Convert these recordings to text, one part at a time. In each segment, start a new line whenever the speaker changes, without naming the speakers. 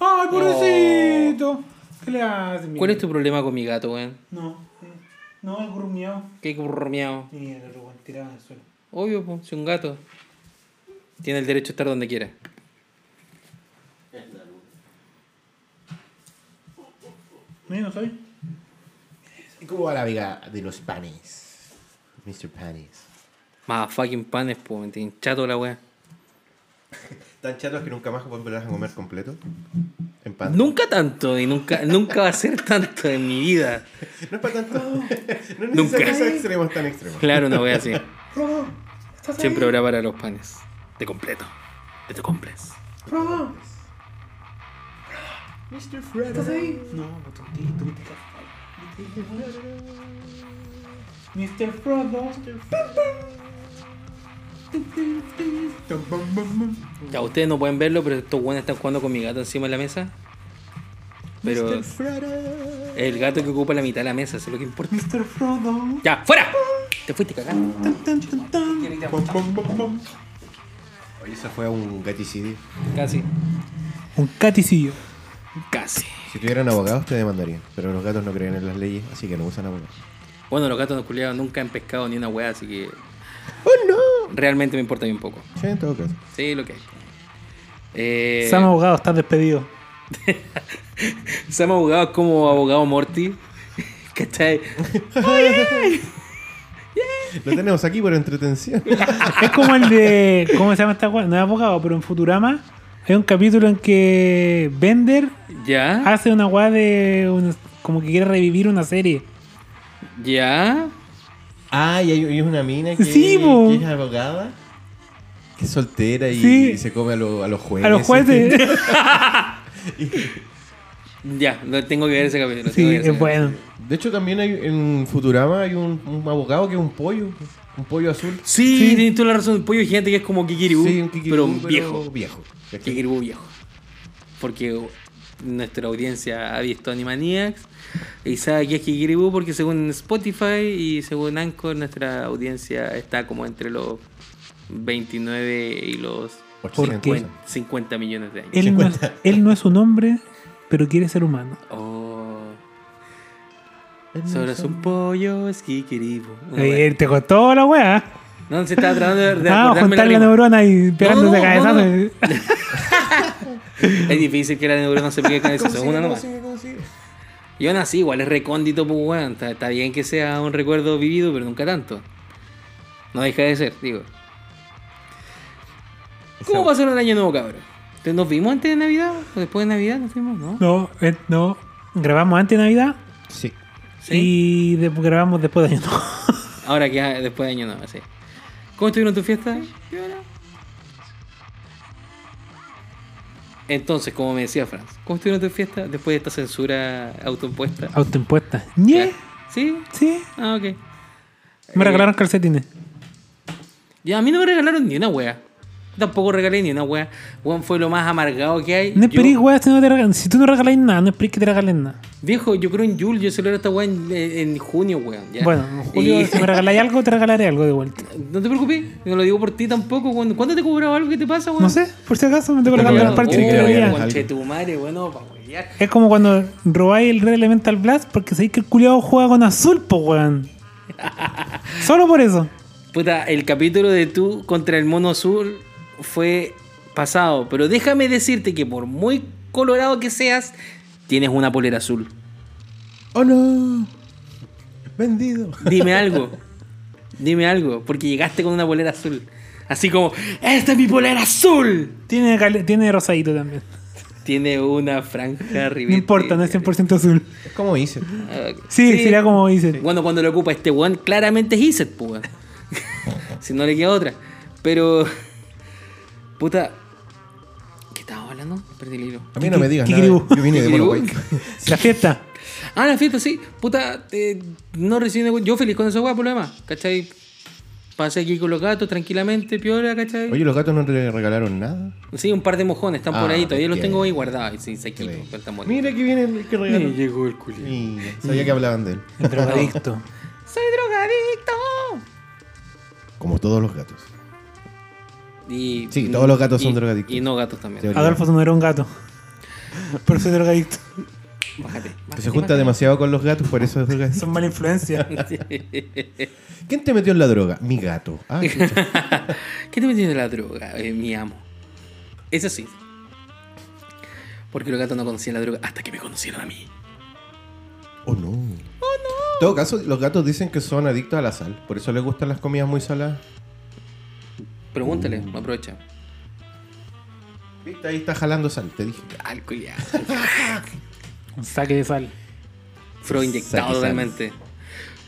¡Ay, pobrecito! ¿Qué le haces, mi
¿Cuál es
gato?
tu problema con mi gato, weón?
No, eh, no, el grumiado.
¿Qué currumiao?
Y el otro weón tirado en el suelo.
Obvio, po, si un gato tiene el derecho a estar donde quiera.
Es la luz.
No, yo no soy.
¿Y cómo va la vida de los panes? Mr. Panes.
Más fucking panes, po, me tienen chato la weá.
¿Tan chatos que nunca más volverás a comer completo? En pan.
Nunca tanto y nunca, nunca va a ser tanto en mi vida.
No es para tanto. No es
Nunca.
necesario que sea extremo, es tan extremo.
Claro, una wea así.
Rodo, ¿estás
Siempre
ahí?
habrá para los panes. De completo. De tu complex.
Rodo,
Mr.
¿estás
Fred.
ahí? No, no tontito, tuviste que Mr. Frodo.
Ya ustedes no pueden verlo, pero estos weones están jugando con mi gato encima de la mesa. Pero eh,
Mr. Fred.
el gato que ocupa la mitad de la mesa, eso es lo que importa.
Mr. Frodo.
¡Ya! ¡Fuera! Te fuiste cagando.
Tan, tan, tan, tan.
Pom, pom, pom, pom. Oye, ese fue un gaticidio.
Casi.
Un caticillo.
Casi.
Si tuvieran abogados te demandarían, pero los gatos no creen en las leyes, así que no usan abogados.
Bueno, los gatos no culiados nunca han pescado ni una wea, así que
¡Oh,
realmente me importa bien poco.
no! Sí, en todo caso.
Sí, lo que hay. Eh,
Sam abogado, estás despedido.
Sam abogado es como abogado Morty. ¿Cachai?
Lo tenemos aquí por entretención.
Es como el de. ¿Cómo se llama esta weá? No es abogado, pero en Futurama hay un capítulo en que Bender
¿Ya?
hace una weá de. un- como que quiere revivir una serie.
¿Ya?
Ah, y hay, y una mina que,
Sí, po.
que es abogada. Que es soltera y,
Sí.
y se come a, lo- a los jueces.
A los jueces.
Ya, lo tengo que ver ese capítulo. tengo
Sí,
que ver ese
es bueno.
De hecho, también hay en Futurama hay un, un abogado que es un pollo. Un pollo azul.
Sí, tienes toda la razón. El pollo gigante que es como Kikiribú,
Sí, un
pero
kikiribú,
un viejo.
viejo.
Kikiribú viejo. Porque nuestra audiencia ha visto Animaniacs y sabe que es Kikiribú porque según Spotify y según Anchor nuestra audiencia está como entre los 29 y los
¿Por qué?
800.
50 millones de años.
Él no, es, él no es un hombre, pero quiere ser humano.
Oh, solo es un pollo, es Kikiribú. Una wea.
Eh, te costó la weá.
No, se estaba tratando de, de
Ah,
acordarme la
juntar la
rima.
neurona y pegándose
no,
cabezazo.
no, Es difícil que la neurona se pegue con eso, es una nomás. Y aún así, igual es recóndito, pues weón. Está, está bien que sea un recuerdo vivido, pero nunca tanto. No deja de ser, digo. ¿Cómo pasó el año nuevo, cabrón? Entonces, ¿Nos vimos antes de Navidad? ¿O después de Navidad nos vimos, no?
No, eh, no. Grabamos antes de Navidad
Sí.
Sí.
y de- grabamos después de Año Nuevo.
Ahora que ah, después de año nuevo, sí. ¿Cómo estuvieron tus fiestas? Entonces, como me decía Franz, ¿cómo estuvieron tus fiestas después de esta censura autoimpuesta?
Autoimpuesta. ¿Nie?
¿Sí?
Sí.
Ah, ok.
Me
Eh,
regalaron calcetines.
Ya, a mí no me regalaron ni una wea. Tampoco regalé ni una wea. Weón fue lo más amargado que hay.
No esperís,
Yo-
weá, si, no te regalan- si tú no regaláis nada, no esperís que te regalen nada.
Viejo, yo creo en julio, yo celebro esta wea en, en junio, weón. ya.
Bueno, en julio,
Y-
si me regaláis algo, te regalaré algo de vuelta.
No te preocupes, no lo digo por ti tampoco, weón. ¿Cuándo te he cobrado algo que te pasa, weón?
No sé, por si acaso me tengo que
Bueno, bueno,
regalar parte
sí,
de
que le voy a
día.
regalar.
madre, weón, no, pa' wear.
Es como cuando robáis el Red Elemental Blast porque sabéis que el culiado juega con azul, po, weón. Solo por eso.
Puta, el capítulo de tú contra el mono azul fue pasado, pero déjame decirte que por muy colorado que seas, tienes una polera azul.
¡Oh, no! Vendido.
Dime algo. Dime algo. Porque llegaste con una polera azul. Así como, ¡esta es mi polera azul!
Tiene, cal- tiene rosadito también.
Tiene una franja arriba.
No importa, no es 100% azul.
Es como hice.
Sí, sería como dice.
Ah, Bueno, cuando lo ocupa este one, claramente es Iset, pues. weón. si no le queda otra. Pero. Puta. ¿Qué estábamos hablando? Perdí el hilo.
A mí no me digas nada.
Kikiribú.
Yo vine de
Kikiribú.
Monopoly.
La fiesta.
Ah, la fiesta, sí. Puta, eh, no recibí ningún- Yo feliz con esa weá, por lo demás. ¿Cachai? Pasé aquí con los gatos tranquilamente, piola, ¿cachai?
Oye, los gatos no te regalaron nada.
Sí, un par de mojones están por
Ah,
ahí, todavía los
bien.
tengo ahí guardados. Sí, se quito,
Bien.
pero están bonitos.
Mira que viene el que regaló.
llegó el culio.
Mira, Sabía que hablaban de él.
El drogadicto.
¡Soy drogadicto!
Como todos los gatos.
Y,
Sí, todos los gatos son
y-
drogadictos.
Y no gatos también.
Sí.
Adolfo no era un gato. Por eso es drogadicto.
Ah, Bájate.
Que se junta demasiado con los gatos, por eso es droga.
Son mala influencia.
¿Quién te metió en la droga? Mi gato. Ah, chucha.
¿Qué te metió en la droga, eh, mi amo? Eso sí. Porque los gatos no conocían la droga hasta que me conocieron a mí.
oh no. En todo caso, los gatos dicen que son adictos a la sal. Por eso les gustan las comidas muy saladas.
Pregúntale,
Mm.
aprovecha.
Viste, ahí está jalando sal, te dije.
Alcohol ya.
Un saque de sal.
Fro inyectado
Saque sal.
totalmente.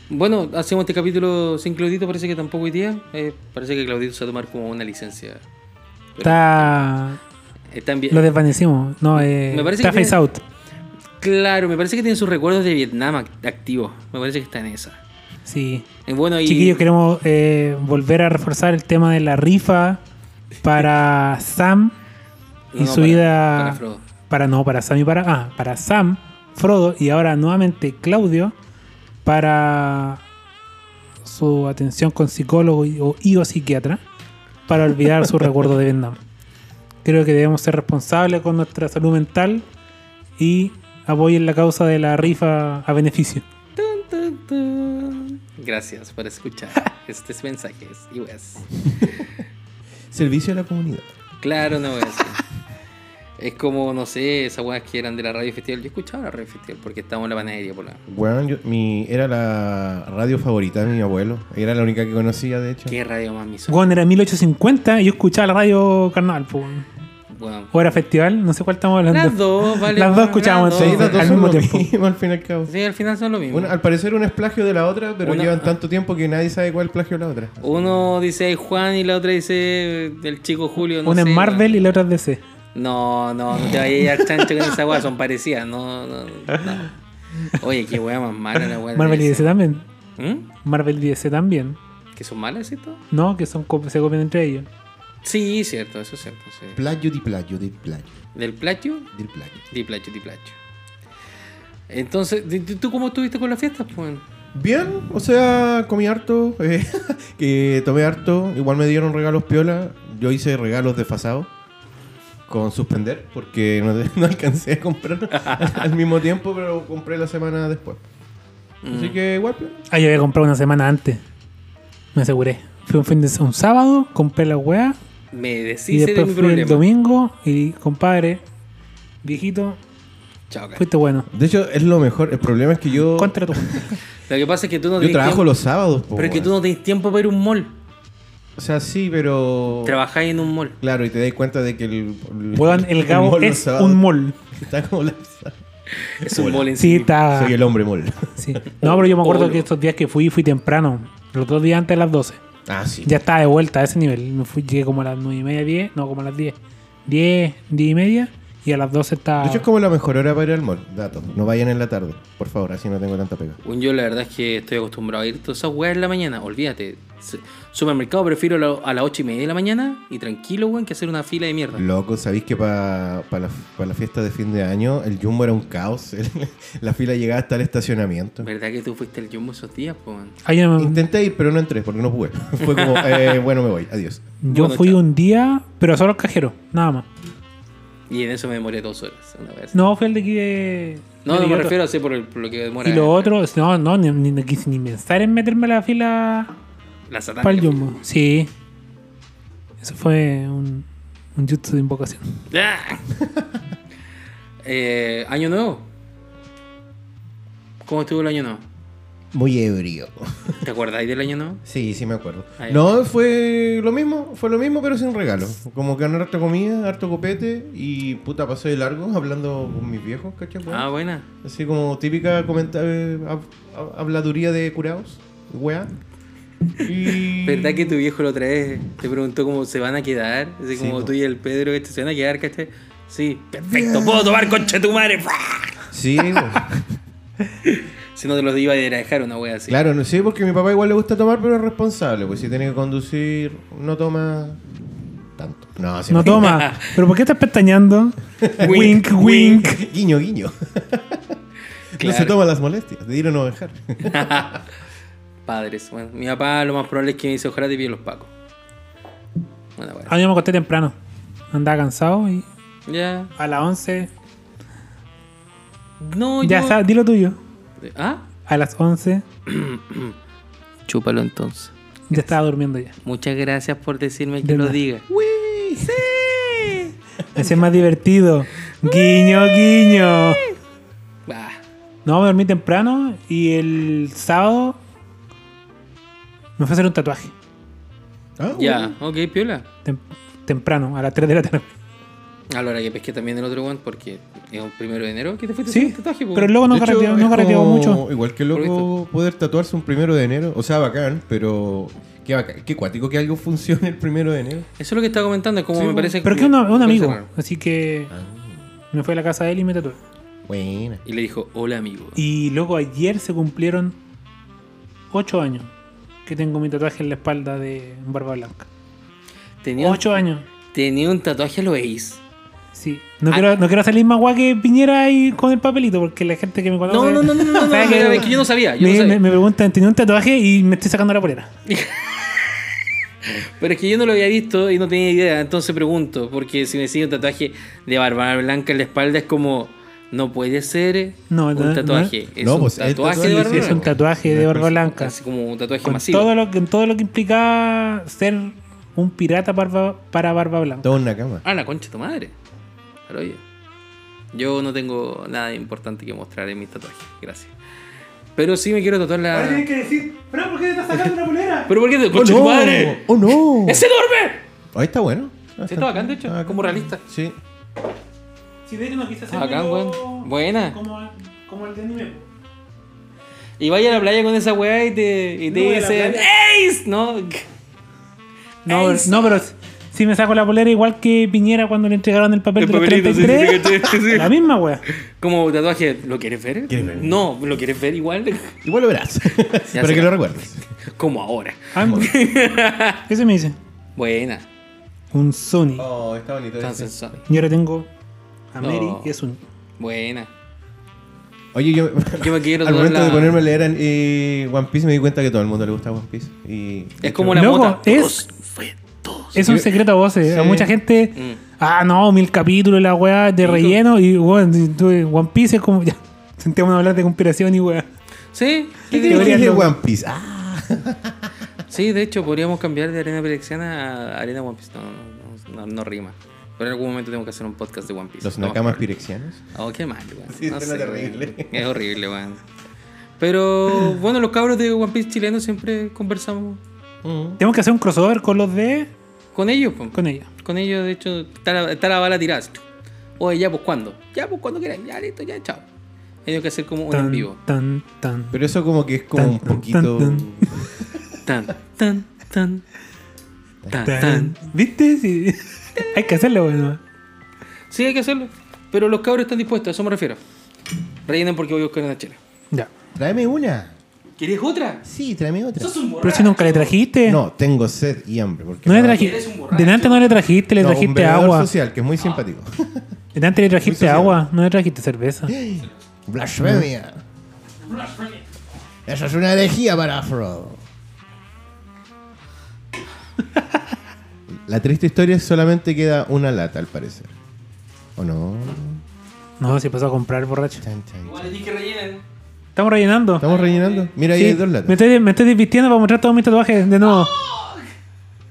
Bueno, hacemos este capítulo sin Claudito, parece que tampoco hoy día. Eh, parece que Claudito se va a tomar como una licencia.
Está.
Está en vi-
Lo desvanecimos. No, eh,
Me parece
está
que
face
tiene-
out.
Claro, me parece que tiene sus recuerdos de Vietnam act- activos. Me parece que está en esa.
Sí.
Eh, bueno, y
Chiquillos, queremos eh, volver a reforzar el tema de la rifa para Sam
No,
y
no,
su
para-
vida.
para Frodo.
Para no, para Sam y para. Ah, para Sam, Frodo y ahora nuevamente Claudio para su atención con psicólogo y o, y o psiquiatra para olvidar su recuerdo de Vietnam. Creo que debemos ser responsables con nuestra salud mental y apoyen la causa de la rifa a beneficio.
Tun, tun, tun. Gracias por escuchar estos mensajes. Y pues,
Servicio a la comunidad.
claro, no voy a decir. Es como, no sé, esas weas que eran de la radio festival. Yo escuchaba la radio festival porque estábamos en la panadería, por la.
Weón, yo- mi, era la radio favorita de mi abuelo. Era la única que conocía, de hecho.
¿Qué radio más misógina?
Bueno, era 1850 y yo escuchaba la radio Carnaval, po.
Bueno,
o era festival, no sé cuál estamos hablando.
Las dos, vale.
Las dos escuchábamos
Las
Sí,
entonces,
las dos
al
son
mismo
lo
tiempo.
mismo, al fin y al cabo.
Sí, al final son lo mismo.
Una- al parecer un es plagio de la otra, pero
Una-
llevan tanto tiempo que nadie sabe cuál es plagio de la otra.
Uno dice "Ay, Juan y la otra dice el chico Julio. No
Una
sé,
es Marvel y la otra es DC.
No, no, no te vayas a llevar chancho con esa weá, son parecidas. No, no, no. Oye, qué weá más mala la weá.
Marvel y DC también.
¿Mm?
Marvel y DC también.
¿Que son malas y todo?
No, que son co- se copian entre ellos.
Sí, cierto, eso es cierto. sí.
Plagio di plagio, di plagio,
Del placho,
di plagio.
di placho, di placho. Entonces, ¿tú- ¿tú cómo estuviste con las fiestas, pues?
Bien, o sea, comí harto, eh, que tomé harto, igual me dieron regalos piola, yo hice regalos desfasados con suspender porque no, no alcancé a comprar al mismo tiempo, pero compré la semana después.
Mm.
Mm.
Así que igual, piola.
Ah, yo había comprado una semana antes. Me aseguré. Fui un fin de un sábado, compré la weá.
Me
y
deshice de
después
mi
fui el
problema.
domingo. Y compadre, viejito,
Chao, cara.
fuiste bueno.
de hecho es lo mejor, el problema es que yo,
Contra tú.
Lo que pasa es que tú no
yo
tenés
trabajo
tiempo,
los sábados. po,
Pero es que tú
weón.
no tenés tiempo para ir a un mall.
O sea, sí, pero...
Oh.
Trabajáis en un mall.
Claro, y te das cuenta de que el...
Weón, el Gabo
mall los
es
sábados
un mol.
Está como la...
Es un mall en
Sí,
sí.
está.
Soy el hombre mol.
sí. No, pero yo me acuerdo
Polo.
que estos días que fui, fui temprano. Los dos días antes de las 12.
Ah, sí.
Ya estaba de vuelta a ese nivel. Me fui, llegué como a las 9 y media, 10. No, como a las 10. 10, 10 y media. Y a las 12
De
estaba.
hecho, es como la mejor hora para ir al mall. Dato. No vayan en la tarde, por favor, así no tengo tanta pega.
Bueno, Yo la verdad es que estoy acostumbrado a ir todas esas weas en la mañana, olvídate. S- Supermercado prefiero lo- a las 8 y media de la mañana y tranquilo, weón, que hacer una fila de mierda.
Loco, ¿sabéis que para la, pa' la fiesta de fin de año el jumbo era un caos? El- la fila llegaba hasta el estacionamiento.
¿Verdad que tú fuiste al Jumbo esos días, po, weón?
Ay, yo me-
Intenté ir, pero no entré porque no pude. Fue como, eh, bueno, me voy, adiós.
Yo
Bueno,
fui
chao.
un día, pero solo al cajero, nada más.
Y en eso me demoré dos horas, una vez. No,
No, fui el de aquí de.
no,
de
me
Kioto.
refiero a por, el- por lo que demora.
Y lo otro, no, no, ni, ni- ni quise ni pensar en meterme a la fila
La satánica.
para el Jumbo. Sí. Eso fue un, un jutsu de invocación.
¡Ah! Eh, año nuevo. ¿Cómo estuvo el año nuevo?
Muy ebrio.
¿Te acordáis del año nuevo?
Sí, sí me acuerdo.
Ahí
No, fue lo mismo, fue lo mismo, pero sin regalo. Como que gané harta comida, harto copete y puta, pasé de largo hablando con mis viejos, ¿cachai? weón?
Ah, buena.
Así como típica comenta- eh, hab- hab- habladuría de curados, weá. Y...
¿Verdad que tu viejo lo trae? Te preguntó cómo se van a quedar. Así
Mm. Sí,
como
po.
tú y el Pedro, este, se van a quedar, ¿cachai? Sí, perfecto, puedo tomar concha de tu madre.
Sí, bo.
Si no te los iba a dejar una wea así.
claro, no sé, porque a mi papá igual le gusta tomar, pero es responsable. Pues si tiene que conducir, no toma tanto. No, sí,
No toma. ¿Pero por qué estás pestañando? wink, wink.
Guiño, guiño. No se
Claro.
toma las molestias de ir o no dejar.
Padres, bueno. Mi papá lo más probable es que me dice ojalá te pille los pacos. Bueno,
Ah, A
Ah.
mí me acosté temprano. Andaba cansado y
Ya.
a las 11
No,
Ya
yo...
sabes, di lo tuyo.
¿Ah?
A las 11
Chúpalo entonces.
ya estaba durmiendo ya.
Muchas gracias por decirme que
De
lo
nada.
diga.
Ese es más divertido. Guiño, guiño.
Bah,
No, me dormí temprano y el sábado me fue a hacer un tatuaje.
Ah,
ya, ok, piola.
Tem- temprano, a las 3 de la tarde.
A la hora que pesqué también el otro one porque es un primero de enero que te fuiste a hacer
Sí,
un tatuaje. po.
pero el loco no
De hecho,
carreteó,
es
no carreteó
como-
mucho.
Igual que
Por
loco poder tatuarse un primero de enero. O sea, bacán, pero. Qué, bacán- qué cuático que algo funcione el primero de enero.
Eso es lo que estaba comentando, es como
Sí,
me
po.
parece
Pero que
como-
uno-
me
un
parece
amigo,
raro. Ah.
así que me fui a la casa de él y me tatué.
Buena.
Y le dijo, hola amigo.
Y luego ayer se cumplieron 8 años que tengo mi tatuaje en la espalda de Barba Blanca.
Tenía, un-
8 años.
tenía un tatuaje a lo Ace.
Sí. No,
Ah.
quiero, no quiero salir más guay que Piñera y con el papelito, porque la gente que me conoce.
No, no, no, no, no, no, no,
sabe
no, es que yo no sabía, Ah, yo
me,
no sabía.
me- me preguntan, ¿tenía un tatuaje? Y me estoy sacando la polera.
Pero es que yo no lo había visto y no tenía idea, entonces pregunto, porque si me sigue un tatuaje de barba blanca en la espalda es como, no puede ser
No,
un
no, no.
tatuaje, es
No,
un
pues, es
tatuaje
tatuaje,
de
sí,
barba
Sí, es un
blanca.
tatuaje de Barba Blanca.
Así como un tatuaje
Con
masivo.
todo, lo, que- todo lo que implica ser un pirata barba- para Barba Blanca.
Todo en la cama.
Ah, la concha de tu madre. Pero oye, yo no tengo nada importante que mostrar en mis tatuajes, gracias. Pero sí me quiero tatuar la...
que decir, ¿pero por qué te estás sacando la polera?
¿Pero por qué te concha de tu madre?
¡Oh, no!
¡Es enorme!
Ahí está bueno. Ah,
Sí, está bacán, de hecho,
está bacán.
como realista.
Sí.
Si de hecho no quise
Bacán, weón. Buena.
Como, como el de anime.
Y vaya a la playa con esa weá y te, y
No,
te
de la
dicen
playa.
¡Ace! No,
No,
Ay,
pero-
sí.
no, pero si- si me saco la polera igual que Piñera cuando le entregaron el papel
El
de los
papelito, sí,
33,
sí, sí, sí, sí.
la misma wea.
como tatuaje, ¿lo quieres ver?
¿Quieres ver?
No, ¿lo quieres ver igual?
Igual lo verás. Para
será.
que lo recuerdes.
como ahora.
Ah,
Oh.
¿Qué se me dice?
Buena.
Un Sony.
Oh, está bonito.
Sans
ese.
and Sonic.
Y ahora tengo a
No.
Mary y a Sony.
Buena.
Oye, yo,
Yo me quiero
al
tatuar
momento
la-
de ponerme a leer en- eh, One Piece me di cuenta que a todo el mundo le gusta One Piece. Y,
Es como la
Loco,
mota.
es-
Dos, fue dos.
Es un secreto a voces.
Sí.
A mucha gente,
Mm.
ah, no, mil capítulos, la wea de relleno. Y bueno, One Piece es como. Ya, sentíamos hablar de conspiración y wea.
Sí,
¿Qué
teoría
teoría de
no?
One Piece? Ah,
sí, de hecho podríamos cambiar de arena pirexiana a arena One Piece. No, no, no, no, no rima. Pero en algún momento tengo que hacer un podcast de One Piece.
los
Vamos.
nakamas pirexianos.
Oh, qué mal, weón.
Sí, suena terrible.
weón. Es horrible, weón. Pero bueno, los cabros de One Piece chilenos siempre conversamos
Tenemos que hacer un crossover con los de.
con ellos. po.
con ella.
Con ellos, de hecho, está la, está la bala tirada. así. Oye, ya, pues cuando. Ya, pues cuando quieran. Ya, listo, ya, chao. Ellos que hacer como un en vivo.
tan, tan.
Pero eso como que es como
Tan,
un
tan,
poquito...
tan,
Tan, tan, tan. Tan, tan.
¿Viste? Sí. Hay que hacerlo, bueno.
Sí, hay que hacerlo. Pero los cabros están dispuestos, a eso me refiero. Rellenen porque voy a buscar una chela.
Ya.
Tráeme una.
¿Quieres otra?
Sí, tráeme otra.
un
Pero si nunca le trajiste.
No, tengo sed y hambre. Porque
No le
eres un
trajiste.
borracho.
Delante no le trajiste, le
No, un
trajiste
vendedor
agua.
social, que es muy simpático.
Ah.
Delante le trajiste
social.
agua, no le trajiste cerveza.
Blasfemia. Eso es una herejía para Frodo. La triste historia es solamente queda una lata, al parecer. ¿O no?
No, se pasó a comprar borracho.
Chan, chan, chan.
que rellenen.
Estamos rellenando.
Estamos rellenando. Mira, ahí
Sí,
hay dos
me,
latas.
estoy, me estoy desvistiendo para mostrar todos mis tatuajes de nuevo.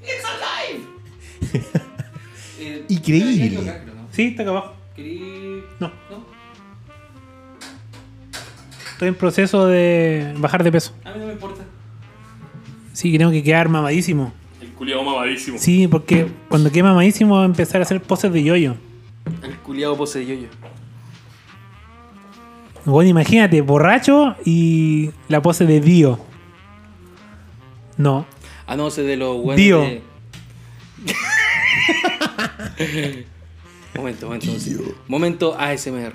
¡It's alive! Eh,
Increíble.
debería tocarlo, ¿no?
Sí, está acá abajo.
Querí-
No.
¿No?
Estoy en proceso de bajar de peso.
A mí no me importa.
Sí, tengo que quedar mamadísimo.
El culiado mamadísimo.
Sí, porque cuando quede mamadísimo voy a empezar a hacer poses de yoyo.
El culiado posee yo-yo.
Bueno, imagínate, borracho y la pose de Dio. No.
Ah, no, ese de los buenos.
Dio.
de- momento, momento. un- Momento ASMR.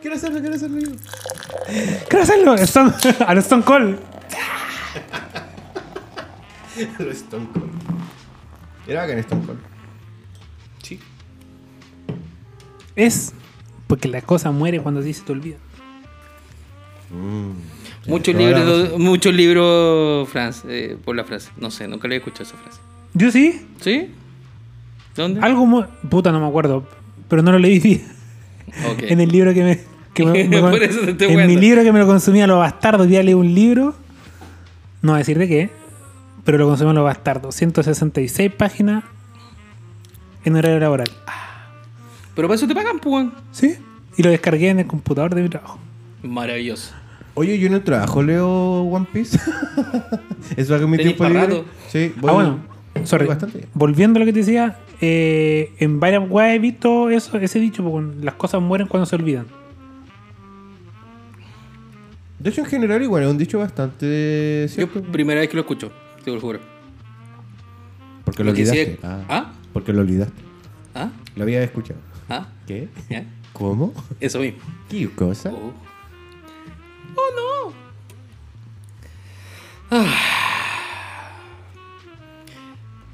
Quiero hacerlo, quiero hacerlo yo.
Quiero hacerlo Stone- a los Stone Cold.
Lo Stone Cold. Era bacán Stone Cold.
Sí.
Es porque la cosa muere cuando a ti se te olvida.
Muchos
toda la
libros, muchos libros, Franz, eh, por la frase. No sé, nunca le he escuchado esa frase.
Yo sí,
¿Sí? ¿Dónde?
Algo muy. Puta, no me acuerdo. Pero no lo leí bien.
Ok.
en el libro que me. que me- me-
Por eso te estoy
en mi
weando.
libro que me lo consumía los bastardos. Ya leí un libro. No voy a decir de qué. Pero lo consumían los bastardos. 166 páginas en horario laboral.
Pero para eso te pagan, pues. weón.
¿Sí? Y lo descargué en el computador de mi trabajo.
Maravilloso.
Oye, yo en el trabajo leo One Piece. Eso hago en mi
Tenés
tiempo
pa'
libre.
rato.
Sí, voy-
Ah, bueno, sorry.
bastante.
Volviendo a lo que te decía, eh, en varias weas he visto eso, ese dicho, porque las cosas mueren cuando se olvidan.
De hecho, en general, igual es un dicho bastante
Yo
cierto.
primera vez que lo escucho, te lo juro.
Porque lo
lo que sí
olvidaste.
es-
Ah,
¿Ah?
Porque lo olvidaste.
¿Ah?
Lo había escuchado.
¿Ah?
¿Qué?
¿Ya?
¿Cómo?
Eso mismo.
¿Qué cosa?
Oh.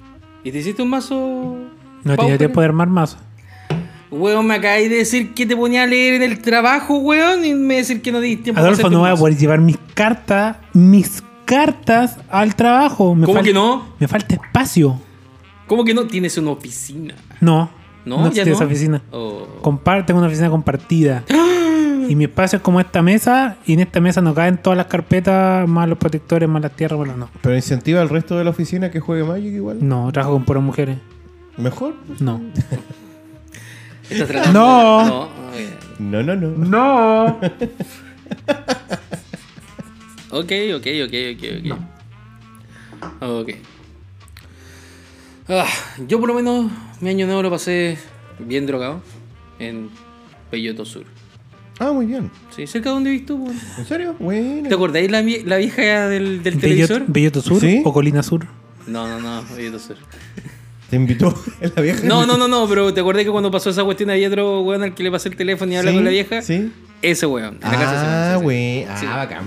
no. ¿Y te hiciste un mazo?
No
pauper?
tenía tiempo de armar más.
Weón, me acabáis de decir que te ponía a leer en el trabajo, weón, y me decir que no di tiempo. para
Adolfo,
hacerte
no
un
voy a
mazo.
poder llevar mis cartas, mis cartas al trabajo. Me
¿Cómo
falta-
que no?
Me falta espacio.
¿Cómo que no? Tienes una oficina.
No,
No, ya
existe
no.
esa oficina.
Oh.
Compar- tengo una oficina compartida. y mi espacio es como esta mesa, y en esta mesa no caen todas las carpetas, más los protectores, más las tierras, más los no.
Pero incentiva al resto de la oficina que juegue Magic igual.
No, trabajo con puras mujeres.
Mejor.
No.
Estás tratando-
No.
no. eh.
No, no, no.
No.
Ok, ok, ok, ok, ok. Ok. Ah, yo por lo menos mi año nuevo lo pasé bien drogado en Belloto Sur.
Ah, muy bien.
Sí, cerca de donde vivís tú. po.
¿En serio? Bueno.
¿Te acordáis la, vie- la vieja del, del televisor?
Belloto, Belloto Sur
¿Sí?
o Colina Sur.
No, no, no, Belloto Sur.
Te invitó la vieja.
No, no, no, no, pero te acordé que cuando pasó esa cuestión había otro weón al que le pasé el teléfono y habla
¿Sí?
con la vieja.
Sí.
Ese weón. en la casa de ese weón,
Ah,
sí, sí.
güey.
Sí.
Ah, bacán.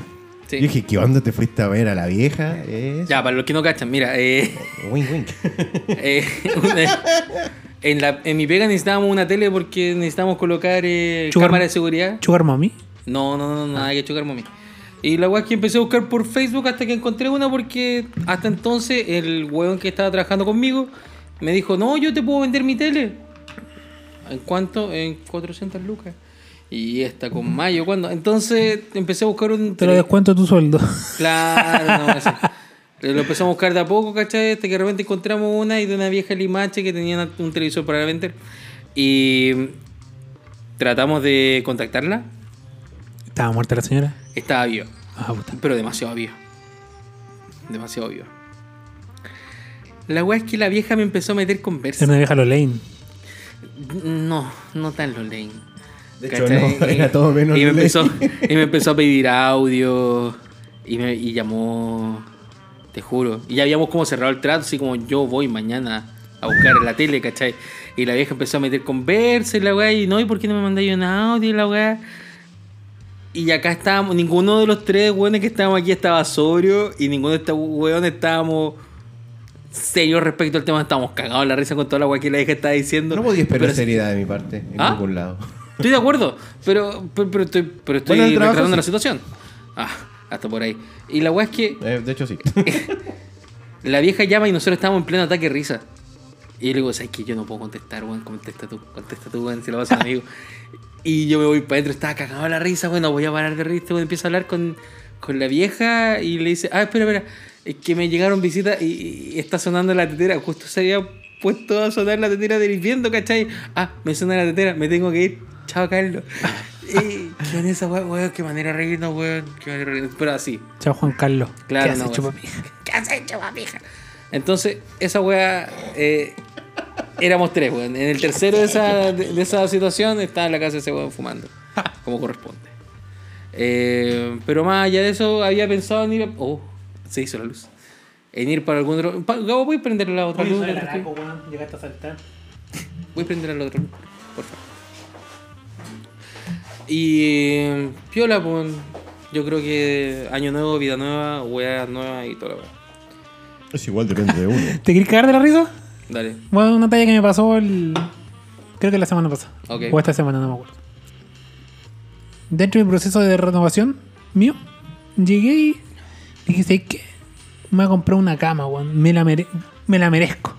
Sí.
Yo dije, ¿qué onda te fuiste a ver a la vieja? Eso.
Ya, para los que no cachan, mira, eh.
Wink, wink.
Eh, una- en, la- en mi pega necesitábamos una tele porque necesitábamos colocar eh,
Sugar-
cámara de seguridad.
Sugar Mommy.
No, no, no, no,
Ah.
nada que chocar, mami. Y la weá es que empecé a buscar por Facebook hasta que encontré una porque hasta entonces el weón que estaba trabajando conmigo me dijo, no, yo te puedo vender mi tele. ¿En cuánto? En 400 lucas. Y esta con mayo, ¿cuándo? Entonces empecé a buscar un...
Te lo
tele-
descuento tu sueldo.
Claro, no, eso. Lo empezamos a buscar de a poco, ¿cachai? Hasta que de repente encontramos una y de una vieja limache que tenía una- un televisor para vender. Y tratamos de contactarla.
Estaba muerta la señora.
Estaba viva,
Ah, puta.
pero demasiado viva. Demasiado viva. La weá es que la vieja me empezó a meter
Era
conversa.
una vieja Lolaine.
No, no tan lo lame.
De hecho, no, era todo menos
y me
lo lame.
empezó, Y me empezó a pedir audio y, me, y llamó, te juro. Y ya habíamos como cerrado el trato, así como yo voy mañana a buscar la tele, ¿cachai? Y la vieja empezó a meter conversa y la weá, y no, ¿y por qué no me mandáis un audio y la weá? Y acá estábamos, ninguno de los tres weones que estábamos aquí estaba sobrio y ninguno de estos weones estábamos serios respecto al tema, estábamos cagados en la risa con toda la weá que la vieja estaba diciendo.
No podía esperar
Pero
seriedad de mi parte en
¿Ah?
ningún lado.
Estoy de acuerdo, pero, pero, pero estoy, pero estoy
Bueno, el trabajo
retratando
sí.
la situación. Ah, hasta por ahí. Y la weá es que
Eh, de hecho, sí.
la vieja llama y nosotros estábamos en pleno ataque de risa. Y yo le digo, ¿sabes qué? Yo no puedo contestar, weón. Contesta tú, contesta tú, weón. Se lo vas a un amigo. Y yo me voy para adentro, estaba cagado de la risa, bueno, voy a parar de risa. Bueno, empiezo a hablar con, con la vieja y le dice, ah, espera, espera, es que me llegaron visitas y, y está sonando la tetera. Justo se había puesto a sonar la tetera del viento, ¿cachai? Ah, me suena la tetera, me tengo que ir. Chao, Carlos. y, ¿Qué en esa, weón? weón, Qué manera de reírnos, weón. Qué manera de reírnos. Pero así,
Chao, Juan Carlos.
Claro,
¿Qué has
no,
hecho,
weón.
papi?
¿Qué has hecho, papija? Entonces, esa weá. eh, éramos tres, weón. En el tercero de esa, de, de esa situación estaba en la casa de ese weón fumando. Como corresponde. Eh, pero más allá de eso, había pensado en ir. a- Oh, se hizo la luz. En ir para algún otro. Pa- Gabo, voy a prender la otra luz.
Llegaste a saltar.
Voy a prender al otro, por favor. Y eh, piola, pues, yo creo que año nuevo, vida nueva, weas nuevas y todo lo que.
es igual, depende de uno.
¿Te querés cagar de la risa?
Dale.
Bueno, una talla que me pasó el. Creo que la semana pasada.
Ok.
O esta semana, no me acuerdo. Dentro del proceso de renovación mío, llegué y dije, ¿sabes qué? Me voy a comprar una cama, weón. Me la, mere- me la merezco.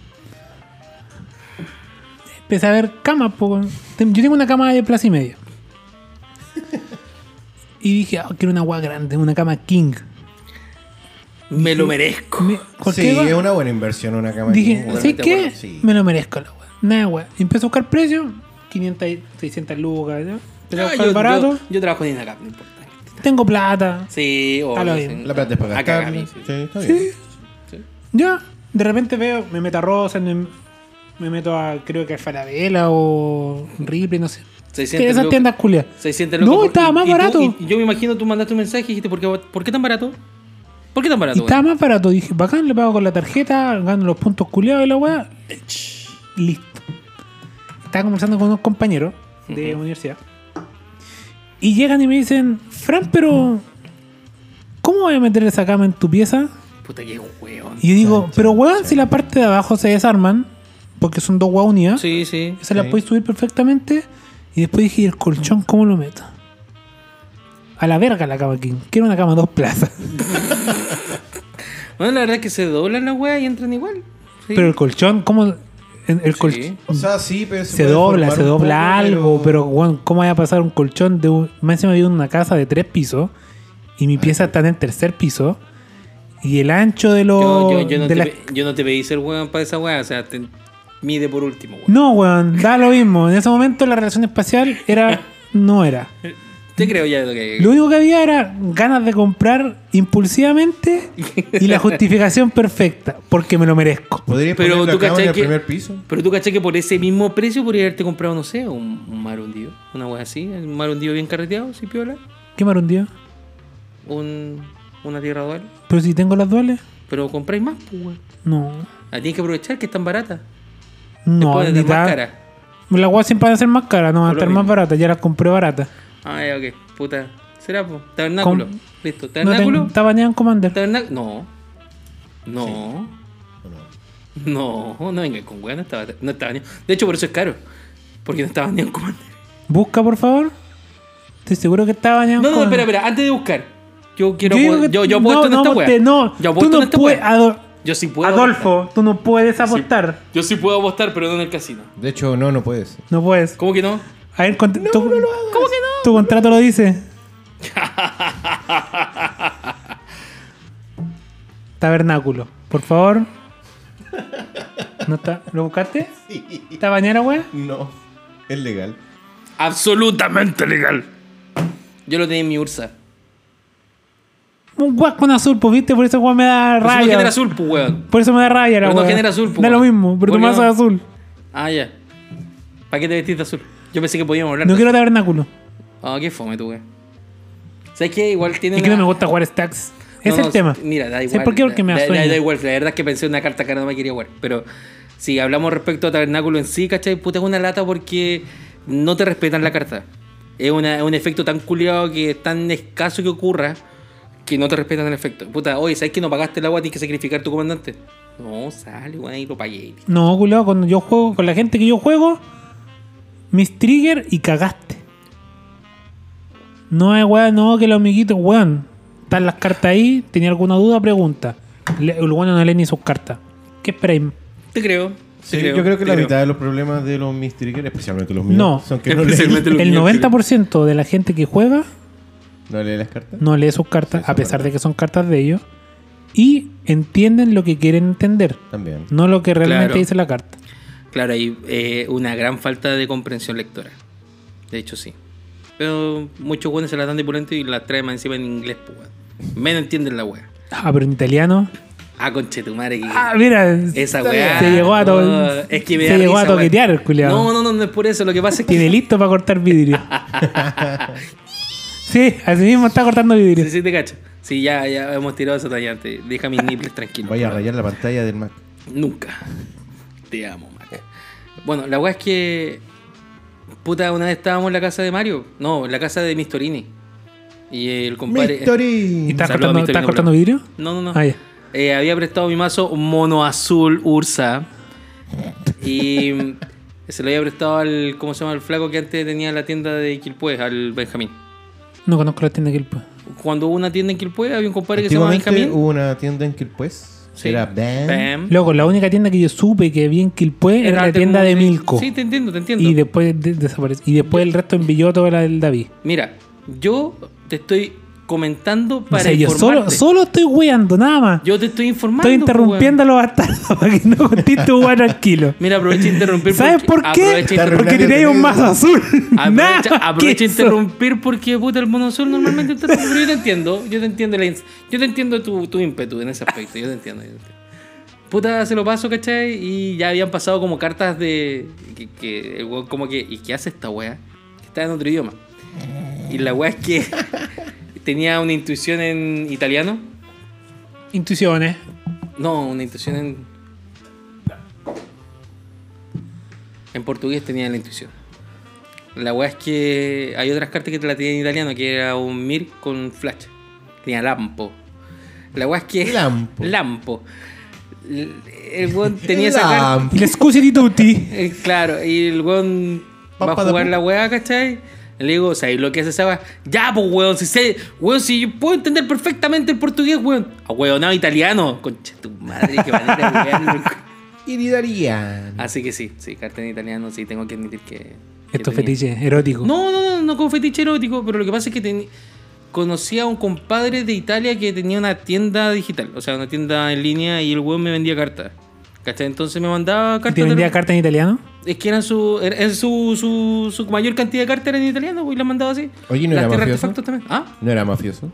empecé a ver camas. po, weón. Ten- Yo tengo una cama de plaza y media. Y dije, ah, quiero una agua grande, una cama king.
Me lo merezco.
Me- cualquier
Sí,
weá.
es una buena inversión una cámara.
Dije,
Bueno,
¿sabes
Totalmente
qué?
acuerdo,
sí.
Me lo merezco la weá. Nada, weá. Y Empecé a buscar precios, 500, y 600 lucas. ¿ya? Empecé a
Ah,
buscar
yo,
barato.
yo- yo trabajo en Inacap, no importa.
Tengo plata.
Sí, o
A lo
sí,
bien.
La plata es para
a cagar,
gastar.
sí.
Sí, está bien.
Ya, de repente veo, me meto a Rosa, me, me meto a, creo que a Falabella o Ripley, no sé.
600
esas
lucas.
tiendas culias.
600
No,
lucas por-
estaba
y-
más
y tú-
barato.
y- y yo me imagino tú mandaste un mensaje y dijiste, ¿por qué, por qué tan barato? ¿Por qué tan
Y
barato?
estaba más barato. Dije, bacán, le pago con la tarjeta, gano los puntos culiados de la weá. Listo. Estaba conversando con unos compañeros de universidad. Y llegan y me dicen, Fran, pero. ¿Cómo voy a meter esa cama en tu pieza?
weón? Puta, qué hueón.
Y yo digo, pero weón, si la parte de abajo se desarman, porque son dos weas unidas,
Sí, sí.
esa la
Sí.
podéis subir perfectamente. Y después dije, ¿y el colchón cómo lo meto? A la verga la cama King. Quiero una cama dos plazas.
Bueno, la verdad es que se doblan las weas y entran igual. Sí.
Pero el colchón, ¿cómo? en- El colchón.
O sea, sí, pero
Se dobla, se dobla algo, pero weón, ¿cómo va a pasar un colchón de un... Más encima vivo en una casa de tres pisos y mi pieza está en el tercer piso y el ancho de los...
yo, yo- yo no
de
te,
las-
pe- yo no te pedí ser weón para esa wea, o sea, te mide por último, weón.
No, weón, da lo mismo. En ese momento la relación espacial era... No era.
Te creo ya lo que.
Lo único que había era ganas de comprar impulsivamente y la justificación perfecta, porque me lo merezco.
Podrías
Pero
poner la
tú
cama en
cachai
el
que-
primer piso.
Pero tú caché que por ese mismo precio podría haberte comprado, no sé, un, un mar hundido. Una wea así, un mar hundido bien carreteado, si piola.
¿Qué marundío?
Un, una tierra dual.
Pero si tengo las duales,
Pero compráis más, pues, weón.
no.
La tienes que aprovechar que están baratas. Te
No,
pueden
ni
dar más
tan-
cara.
Las guas siempre van a ser más caras, no van a
Por lo
estar más
mismo.
baratas. Ya las compré baratas.
Ah, ya, ok. Puta. ¿Será, pues? Tabernáculo.
Con-
Listo.
No
Tabernáculo.
tengo- está bañada en Commander.
Taberna- No. No. No, no venga con weón, no estaba, no estaba ni- De hecho, por eso es caro. Porque no estaba ni en commander.
Busca, por favor. Estoy seguro que está bañada en
No, no,
Commander.
espera, espera, antes de buscar. Yo quiero.
Yo digo
apo-
que-
yo, yo
no,
apuesto en
no,
esta
aposté,
weá.
no.
yo
tú
apuesto
no
en esta
puedes,
weá.
Adol-
Yo sí puedo. apostar.
Adolfo, tú no puedes apostar.
Yo sí puedo apostar, pero no en el casino.
De hecho, no, no puedes.
No puedes.
¿Cómo que no?
A ver, cont- tu, ¿Cómo que no? Tu contrato lo dice. Tabernáculo, por favor. ¿No está? ¿Lo buscaste? ¿Está bañera, güey?
No, es legal.
Absolutamente legal. Yo lo tenía en mi ursa.
Un guas con azul, pues viste, por eso güey, me da
Pero si no
raya.
genera azul, pues weón.
Por eso me da raya la
Pero no
wea.
genera azul, pues, po,
Da lo
weón.
mismo, pero tu
Porque
mazo
no-
es azul.
Ah, ya. ¿Para qué te vestiste azul? Yo pensé que podíamos hablar.
No
de-
quiero tabernáculo.
Ah, qué fome tú, weón. ¿Sabes qué? Igual tiene.
Es que no
una-
me gusta jugar stacks. Ese
No,
es
no,
el tema.
Mira, da igual.
¿Sabes por qué? Porque me
da,
da
da-
sueño.
da igual. La verdad es que pensé en una carta que ahora no me quería jugar. Pero si hablamos respecto a Tabernáculo en sí, ¿cachai? Puta, es una lata porque no te respetan la carta. Es, una- es un efecto tan culiado que es tan escaso que ocurra que no te respetan el efecto. Puta, oye, ¿sabes que no pagaste el agua? Tienes que sacrificar tu comandante. No, sale, weón, y lo pagué.
No, culiao, cuando yo juego con la gente que yo juego, mis trigger y cagaste. No es weón, no, que los amiguitos, weón. Están las cartas ahí, tenía alguna duda, pregunta. Le- el weón no lee ni sus cartas. ¿Qué esperáis?
Te creo.
Sí,
te creo,
yo creo que
te
la mitad de los problemas de los mystery Girls, especialmente los míos,
No.
son que no
Especialmente
leen,
los
El
míos,
90% de la gente que juega
no leen las cartas.
no lee sus cartas,
Sí, eso
a
es
pesar
verdad.
de que son cartas de ellos, y entienden lo que quieren entender,
También.
no lo que realmente
Claro.
dice la carta.
Claro, hay eh, una gran falta de comprensión lectora. De hecho, sí. Pero muchos buenos se las dan de pulento y las traen más encima en inglés, pues, weón. Menos entienden la weá.
Ah, pero en italiano.
Ah, conchetumare, que.
Ah, mira,
esa weá.
se llegó a, to-
no, es que me
se
da
llegó a
risa, weón.
toquetear el culiado.
No, no, no, no es por eso. Lo que pasa es que.
Tiene listo para cortar vidrio. sí, así mismo está cortando vidrio.
sí, sí, te cacho. Sí, ya, ya hemos tirado esa tallante. Deja mis nipples tranquilos.
Vaya a rayar la pantalla del Mac.
Nunca. Te amo, Mac. Bueno, la weá es que. Puta, una vez estábamos en la casa de Mario. No, en la casa de Mistorini. Y el compadre.
¿Y
¡Mystery!
estás
Saludos a
cortando,
Mr.
estás
Nicolás.
cortando vidrio?
No, no, no.
Ah, ya.
Eh, había prestado mi mazo mono azul Ursa. Y mm, se lo había prestado al. ¿Cómo se llama? El flaco que antes tenía la tienda de Quilpue, al Benjamín.
No conozco la tienda que él
¿Mm? Cuando hubo una tienda en Quilpue, había un compadre que se llama
Antiguamente
Benjamín.
hubo una tienda en Quilpues
Sí.
Era Bam.
Bam.
Loco, la única tienda que yo supe que había en Quilpué era, la
antes
tienda
como
de Milco.
Sí, te entiendo, te entiendo.
y después de- desapareció. Y después el resto en Villoto era del David.
Mira, yo te estoy comentando
O
para
sea, yo solo,
informarte.
solo estoy weando, nada más.
Yo pues, te estoy informando.
estoy
po,
interrumpiendo a los bastardos para que no conteste un weón tranquilo.
weón. Mira, aprovecha de interrumpir.
¿Sabes
porque-
por qué?
Aprovecha, de interrumpir-
Porque tiráis un mazo azul. Nada
aprovecha,
más
aprovecha e
que
de
eso.
interrumpir porque puta el mono azul normalmente interrumpe. Pero yo te entiendo, yo te entiendo, la ins- yo te entiendo tu, tu ímpetu en ese aspecto, yo te entiendo. yo te entiendo. Puta, se lo paso, ¿cachai? Y ya habían pasado como cartas de. Que, que el weón como que. ¿Y qué hace esta wea? Que está en otro idioma. Y la wea es que tenía una intuición en italiano.
Intuiciones.
No, una intuición en. En portugués tenía la intuición. La weá es que hay otras cartas que te la tienen en italiano, que era un Mir con flash. Tenía Lampo. La weá es que.
Lampo.
Lampo. L- El weón tenía esa carta.
Lamp.
Le scuse di tutti.
Eh, Claro, y el weón va a
Papa de
jugar
pu-
la weá, ¿cachai? Le digo, o sea, y lo que hace esa weá, ya, pues weón, si sé, weón, si yo puedo entender perfectamente el portugués, weón. A weón, no, italiano. Concha tu madre, qué manera de wearlo.
Iridarian.
Así que sí, sí, carta en italiano, sí, tengo que admitir que. que
Estos
tenía.
fetiches eróticos.
No, no, no, no con fetiche erótico, pero lo que pasa es que teni- conocí a un compadre de Italia que tenía una tienda digital, o sea, una tienda en línea y el weón me vendía cartas. ¿Cachai? Entonces me mandaba
¿Y
cartas.
¿Te
de
vendía
los-
carta en italiano?
es que eran su, era- era su, su, su mayor cantidad de cartas eran en italiano, pues, y las mandaba así.
Oye, ¿no
Las
era
tierras
mafioso?
artefactos también. Ah,
¿No era mafioso?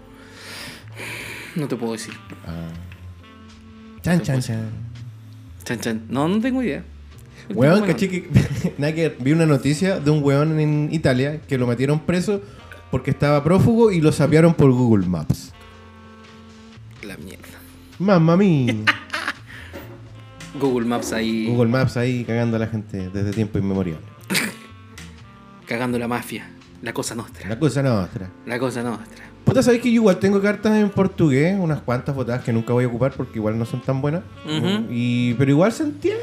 no te puedo decir.
Chan, chan, chan.
Chan, chan. No, no tengo idea. El
Weón,
tipo,
caché que. nada que ver, Vi una noticia de un weón en Italia que lo metieron preso porque estaba prófugo y lo sapearon por Google Maps.
La mierda.
Mamma mía.
Google Maps ahí
Google Maps ahí cagando a la gente desde tiempo inmemorial.
cagando la mafia. La cosa nostra.
La cosa nuestra.
La cosa nostra.
Puta, sabéis que yo igual tengo cartas en portugués, unas cuantas botadas que nunca voy a ocupar porque igual no son tan buenas.
Ujú.
y, pero igual se entiende,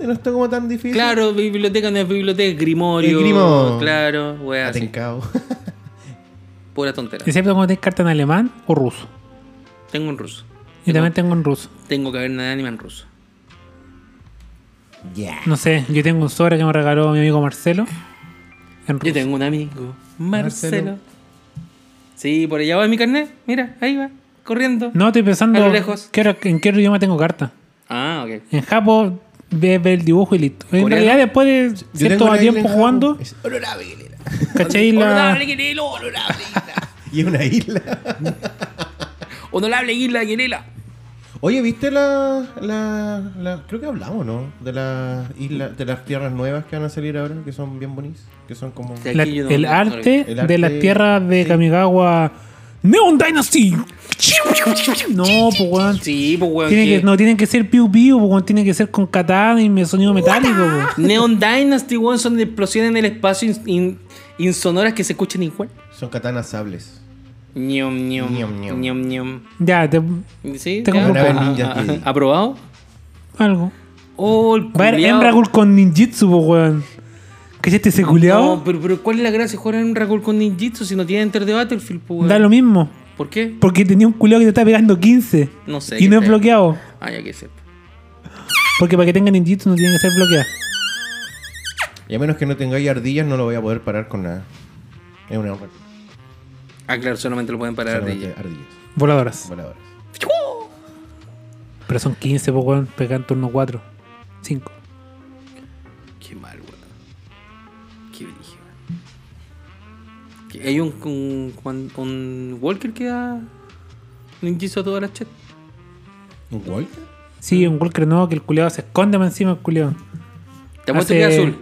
no está como tan difícil.
Claro, biblioteca no es biblioteca, grimorio.
El grimo. Ah,
Claro, weá. así.
Atencao.
Pura tontera.
Excepto cuando tenés carta en alemán o ruso.
Tengo en ruso.
Yo también tengo en ruso.
Tengo caverna de anima en ruso.
Ya.
No sé, yo tengo un sobre que me regaló mi amigo Marcelo. En ruso.
Yo tengo un amigo, Marcelo.
Marcelo.
Sí, por allá va mi carnet. Mira, ahí va, corriendo.
No, estoy pensando
A lo lejos.
¿qué hora- en qué idioma tengo carta.
Ah, ok.
En Japón ve, ve el dibujo y listo. En
¿Coreano?
realidad después de
Yo tengo
cierto
una isla en
tiempo
Japón.
jugando,
Es-
¿cachai? La,
Honorable Guinela, honorable Guinela.
Y es una isla.
Honorable Guinela, Guinela.
Oye, ¿viste la, la, la- Creo que hablamos, ¿no? De las islas, de las tierras nuevas que van a salir ahora, que son bien bonitas. Que son como...
Sí.
la-
Aquí yo no-
el,
no-
arte
El
de
arte-
las tierras de
sí.
Kamigawa. Neon Dynasty. No, pues weón.
Sí, pues weón.
Tiene que,
que-
no tienen que ser piu piu, pues, weón, tiene que ser con katana y mi sonido metálico. pues.
Neon Dynasty, weón, son explosiones en el espacio ins- in- insonoras que se escuchan igual.
Son katanas sables.
Ñom, ñom,
Ñom, ñom.
ñom, ñom.
Ya, te-
Sí,
Tengo
ya.
un poco.
Ah,
Ninjas
ah,
que-
ah, ¿Aprobado?
algo.
Oh, el
Va a haber
culiao.
Emrakul con ninjitsu, pues, weón. ¿Cachaste ese
No, pues,
culiao?
pero, pero ¿cuál es la gracia de jugar en un Ragul con Ninjitsu si no tiene Enter de Battlefield, pues, weón?
da lo mismo.
¿Por qué?
Porque tenía un culiao que te está pegando 15.
No sé,
Y no
qué
es
feo.
bloqueado.
Ah, ya que sé.
Porque para que tengan ninjitsu no tiene que ser bloqueado.
Y a menos que no tengáis ardillas, no lo voy a poder parar con nada. Es una honra.
Ah, claro, solamente lo pueden parar de
Solamente
ella.
ardillas.
Voladoras.
voladoras.
Pero son 15, pues, weón. Pegan turno 4. 5.
Qué mal, weón. Qué brillo. Que Hay un, un, un- un Walker que da Ninjitsu a todas las chat.
¿Un Walker?
Sí, un Walker no, que el culiao se esconde más encima del culiao.
Te apuesto
Hace-
que es azul.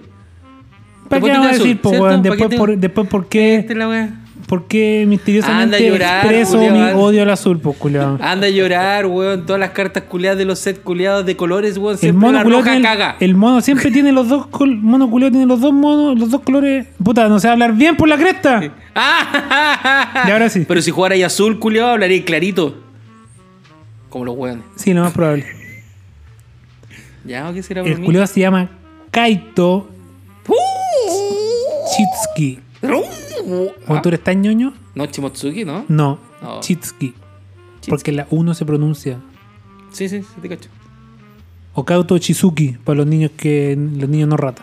¿Para qué vamos
Te
a
pones azul,
decir, pues,
¿cierto?
weón?
¿Para
Después,
qué te-
por, después ¿por qué,
Esta es la weá.
por qué
Anda a
misteriosamente
llorar,
expreso
culiao, Ah,
mi
anda.
odio al azul, pues, culiao?
Anda a llorar, weón. Todas las cartas culeadas de los sets culeados de colores, weón.
El
Siempre
mono,
la
culiao
roja
tiene-
caga.
el mono siempre tiene los dos col- mono culiao tiene los dos monos, los dos colores. Puta, no sé hablar bien por la cresta.
Ah,
Y ahora sí.
Pero si jugara ahí azul, culiao, hablaría clarito. Como los weones.
Sí, lo más probable.
Ya, ¿o ¿qué será por
El
mí?
culiao se llama Kaito Chitsuki.
Ah,
¿Cuando tú eres tan ñoño?
No, Chimotsuki, ¿no?
No,
No.
Chitsuki. Porque la 1 se pronuncia
Sí, sí, sí, te cacho.
Okauto Chizuki, para los niños que los niños no rata.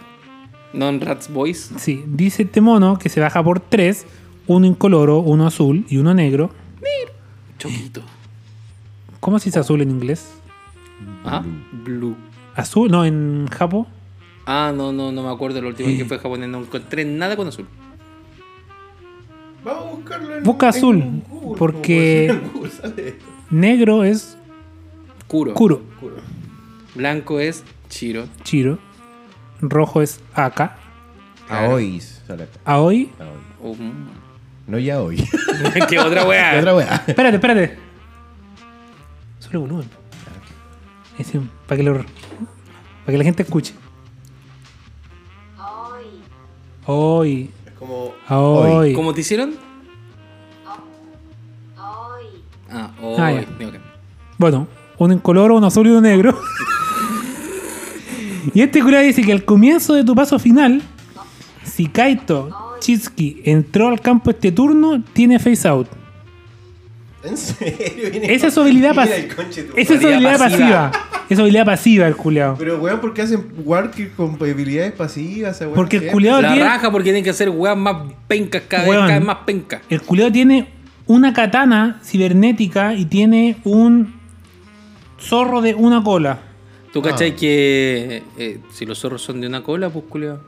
Non Rats Boys.
Sí, dice este mono que se baja por tres, uno incoloro, uno azul y uno negro.
Choquito.
¿Cómo se dice azul en inglés?
Ah, Blue.
Azul, no, en Japón.
Ah, no, no, no me acuerdo. La última que fue a japonés no encontré nada con azul.
Vamos a buscarlo en
Busca
en
azul,
Google,
porque-
po, en Google sale esto.
Negro es
Kuro.
Kuro,
Blanco es Chiro.
Chiro. Rojo es Aka.
Claro.
Aois, sale acá.
Aoi.
Aois.
Oh, mm.
No ya hoy.
¿Qué otra weá?
Otra weá.
Espérate, espérate. Sube el volumen. Ese, para que lo- para que la gente escuche. Hoy.
Es como.
Hoy.
¿Cómo te hicieron? Ah, hoy.
Ah, ya.
Digo que-
Bueno, uno incoloro, uno azul y uno negro. y este cura dice que al comienzo de tu paso final, si Kaito Chitsuki entró al campo este turno, tiene face out.
¿En serio? Viene
Esa es su
con-
habilidad
Mira
pas-
el conche tu
Esa es su
madre.
habilidad pasiva. Esa es habilidad pasiva el culeado.
Pero weón, ¿por qué hacen Warker con habilidades pasivas? esa weá?
Porque el
¿Qué?
culeado
La
tiene,
raja porque tienen que hacer weas más pencas cada vez,
Weón.
cada vez más pencas.
el culiao tiene una katana cibernética y tiene un zorro de una cola.
¿Tú cachai que eh, si los zorros son de una cola, pues culiao?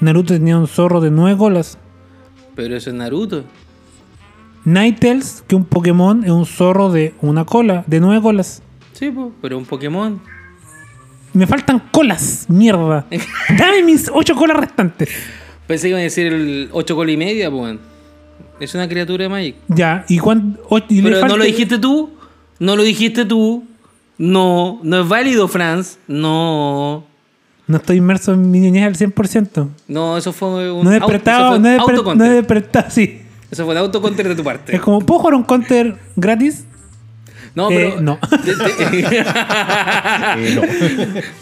Naruto tenía un zorro de nueve colas.
Pero eso es Naruto.
Ninetales, que un Pokémon, es un zorro de una cola, de nueve colas.
Sí, pues, pero un Pokémon.
Me faltan colas, mierda. Dame mis ocho colas restantes.
Pensé que iban a decir el 8 cola y media, pues. weón. Es una criatura de Magic.
Ya, y cuánto.
Pero no lo dijiste tú, no lo dijiste tú. No, no es válido, Franz. No.
No estoy inmerso en mi niñez al 100%.
No, eso fue un
No he
au- eso
despertado,
fue
no he, desper- no
autocounter.
he despertado, sí.
Eso fue un autocounter de tu parte.
Es como, ¿puedo jugar un counter gratis?
No,
Eh,
pero.
no.
Te- te-
Eh, no.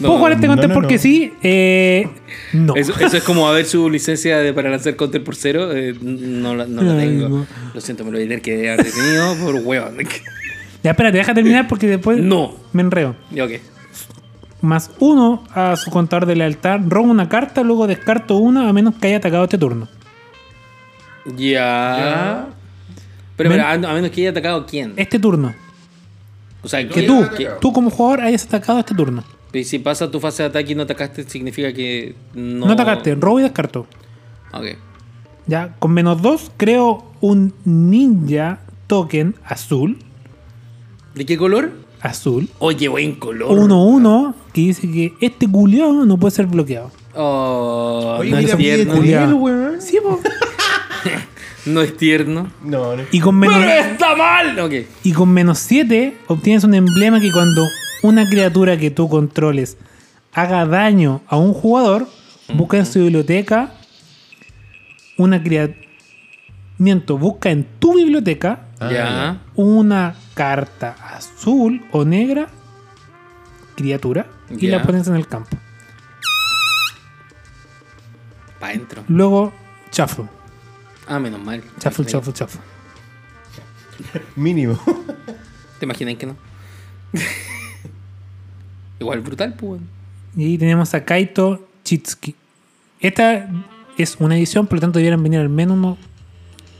¿Puedo jugar este
no,
counter
no,
porque
no.
sí? Eh, no.
Eso, eso es como a ver su licencia de, para lanzar counter por cero. eh, no, la- no la
Ay,
tengo.
no.
Lo siento, me lo voy a tener que haber detenido por huevo.
Ya, espérate, deja terminar porque después
No.
me enreo.
Ya, ok.
Más uno a su contador de lealtad. Robo una carta, luego descarto una a menos que haya atacado este turno.
Ya. Pero, pero, a, a menos que haya atacado quién.
Este turno.
O sea,
Que
¿quién-
tú,
qué-
tú como jugador hayas atacado este turno.
Y si pasa tu fase de ataque y no atacaste, significa que no.
No, atacaste, robo y descarto.
Ok.
Ya, con menos dos creo un ninja token azul.
¿De qué color?
Azul.
Oye, buen color.
1-1 que dice que este culiao no puede ser bloqueado.
Oh,
Oye,
no
mira,
es
pide
tierno.
culiao.
Turiel, weón.
Sí, po.
No es tierno.
No, no.
Y con menos,
¡Pero está mal! Ok.
y con menos 7 obtienes un emblema que cuando una criatura que tú controles haga daño a un jugador, busca en su biblioteca una criatura... Miento, busca en tu biblioteca
Ah,
ya.
una carta azul o negra criatura y
Ya.
la pones en el campo.
Pa' dentro.
Luego chafo,
Ah, menos mal.
chafo,
Me-
chafo, chafo.
Mínimo.
¿Te imaginas que no? Igual brutal, pues. weón.
Y ahí tenemos a Kaito Chitsuki. Esta es una edición, por lo tanto debieran venir al menos unos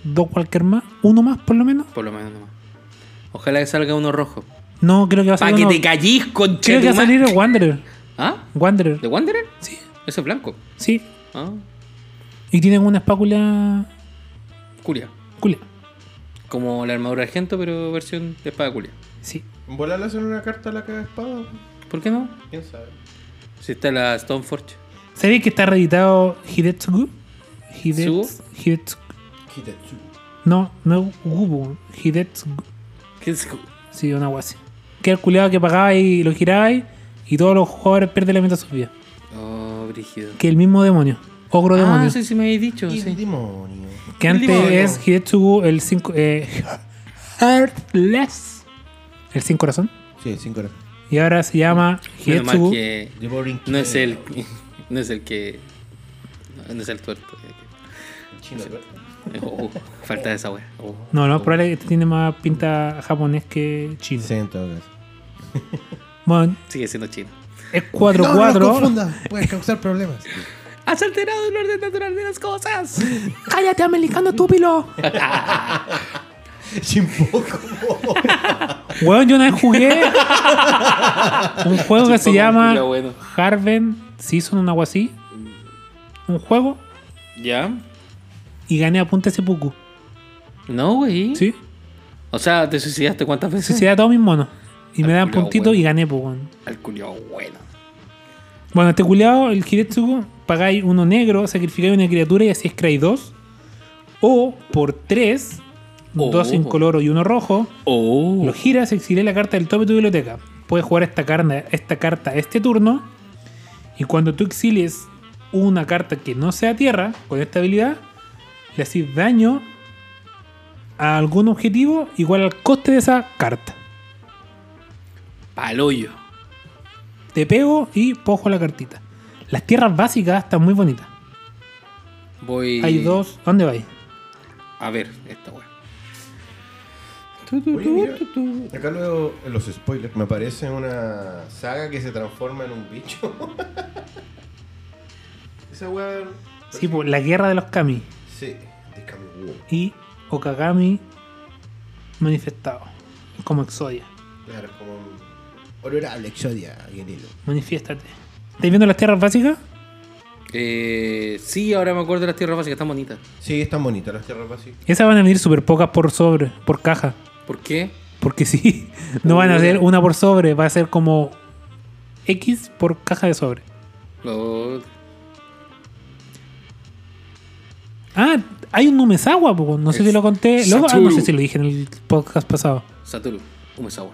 dos cualquier más, uno más por lo menos.
Por lo menos nomás. Ojalá que salga uno rojo.
No, creo que va a
Para
salir
que
uno-
te callís, con
Creo que va a salir el Wanderer.
¿Ah?
Wanderer.
¿De Wanderer?
Sí,
Eso es blanco.
sí.
Ah,
Y tienen una espácula
culia.
culia.
Como la armadura de argento, pero versión de espada culia.
Sí.
Volarla en una carta a la caga espada.
¿Por qué no?
Quién sabe.
Si está la Stoneforge.
¿Sabéis que está reeditado Hidetsugu?
¿Sugo?
Hidetsugu. Hidetsugu.
Kitetsu.
No, no hubo Hidetsu.
¿Qué es?
Sí, una guasi. Que era el culiado que pagaba y lo giraba y, y todos los jugadores pierden la mitad de sus vidas.
Oh, brígido.
Que el mismo demonio. Ogro
Ah,
demonio.
sí, sí me habéis dicho.
Y
Sí.
demonio.
Que
el
antes
demonio.
es Hidetsugu el 5. Eh, Heartless. El sin corazón.
Sí, cinco horas.
Y ahora se llama
Menos mal
Hidetsugu.
que
Devouring
no es el,
King.
no es el que, no es el tuerto.
Chino, ¿verdad?
Oh, falta esa wea. Oh.
No, no, probable que este tiene más pinta japonés que chino.
Sí, en todo caso.
Bueno,
Sigue siendo chino.
es
no, no los
4-4.
confunda, puede causar problemas.
Has alterado el orden natural de las cosas.
¡Cállate, americano estúpido!
Chimpoco.
Weón, yo una vez jugué un juego que se
Chimpoco,
llama
lo bueno.
Harven Season, una agua así. Un juego
¿Ya?
y gané apuntes y puku.
No, güey.
¿Sí?
O sea, te suicidaste cuántas veces.
Suicidé a todos mis monos. Y me
Al
dan
culiao,
puntitos
weón.
y gané, pues, weón.
Al culiao bueno.
Bueno, este culiado, el Kiretsugu, pagáis uno negro, sacrificáis una criatura y así extraéis dos. O por tres,
Oh.
dos incoloro y uno rojo,
Oh.
lo giras, exilias la carta del tope de tu biblioteca. Puedes jugar esta, carna- esta carta este turno. Y cuando tú exilies una carta que no sea tierra, con esta habilidad, le haces daño a algún objetivo igual al coste de esa carta.
Paloyo.
Te pego y pojo la cartita. Las tierras básicas están muy bonitas.
Voy.
Hay dos. ¿a ¿Dónde vais?
A ver, esta weá.
Oye, mira, acá luego en los spoilers me aparece una saga que se transforma en un bicho. Esa weá.
Sí, pues, la guerra de los Kami
Sí, de Kamiwo.
y Okagami manifestado. Como Exodia.
Claro, como un-
Honorable Exodia, Guerrero.
Manifiéstate. ¿Estáis viendo las tierras básicas?
Eh, sí, ahora me acuerdo de las tierras básicas, están bonitas.
Sí, están bonitas las tierras básicas.
Esas van a venir súper pocas por sobre, por caja.
¿Por qué?
Porque sí, no van a ser una por sobre, va a ser como X por caja de sobre.
Lo-
Ah, hay un Numesawa, po, no sé si lo conté. Luego, ah, no sé si lo dije en el podcast pasado.
Satoru, Umezawa.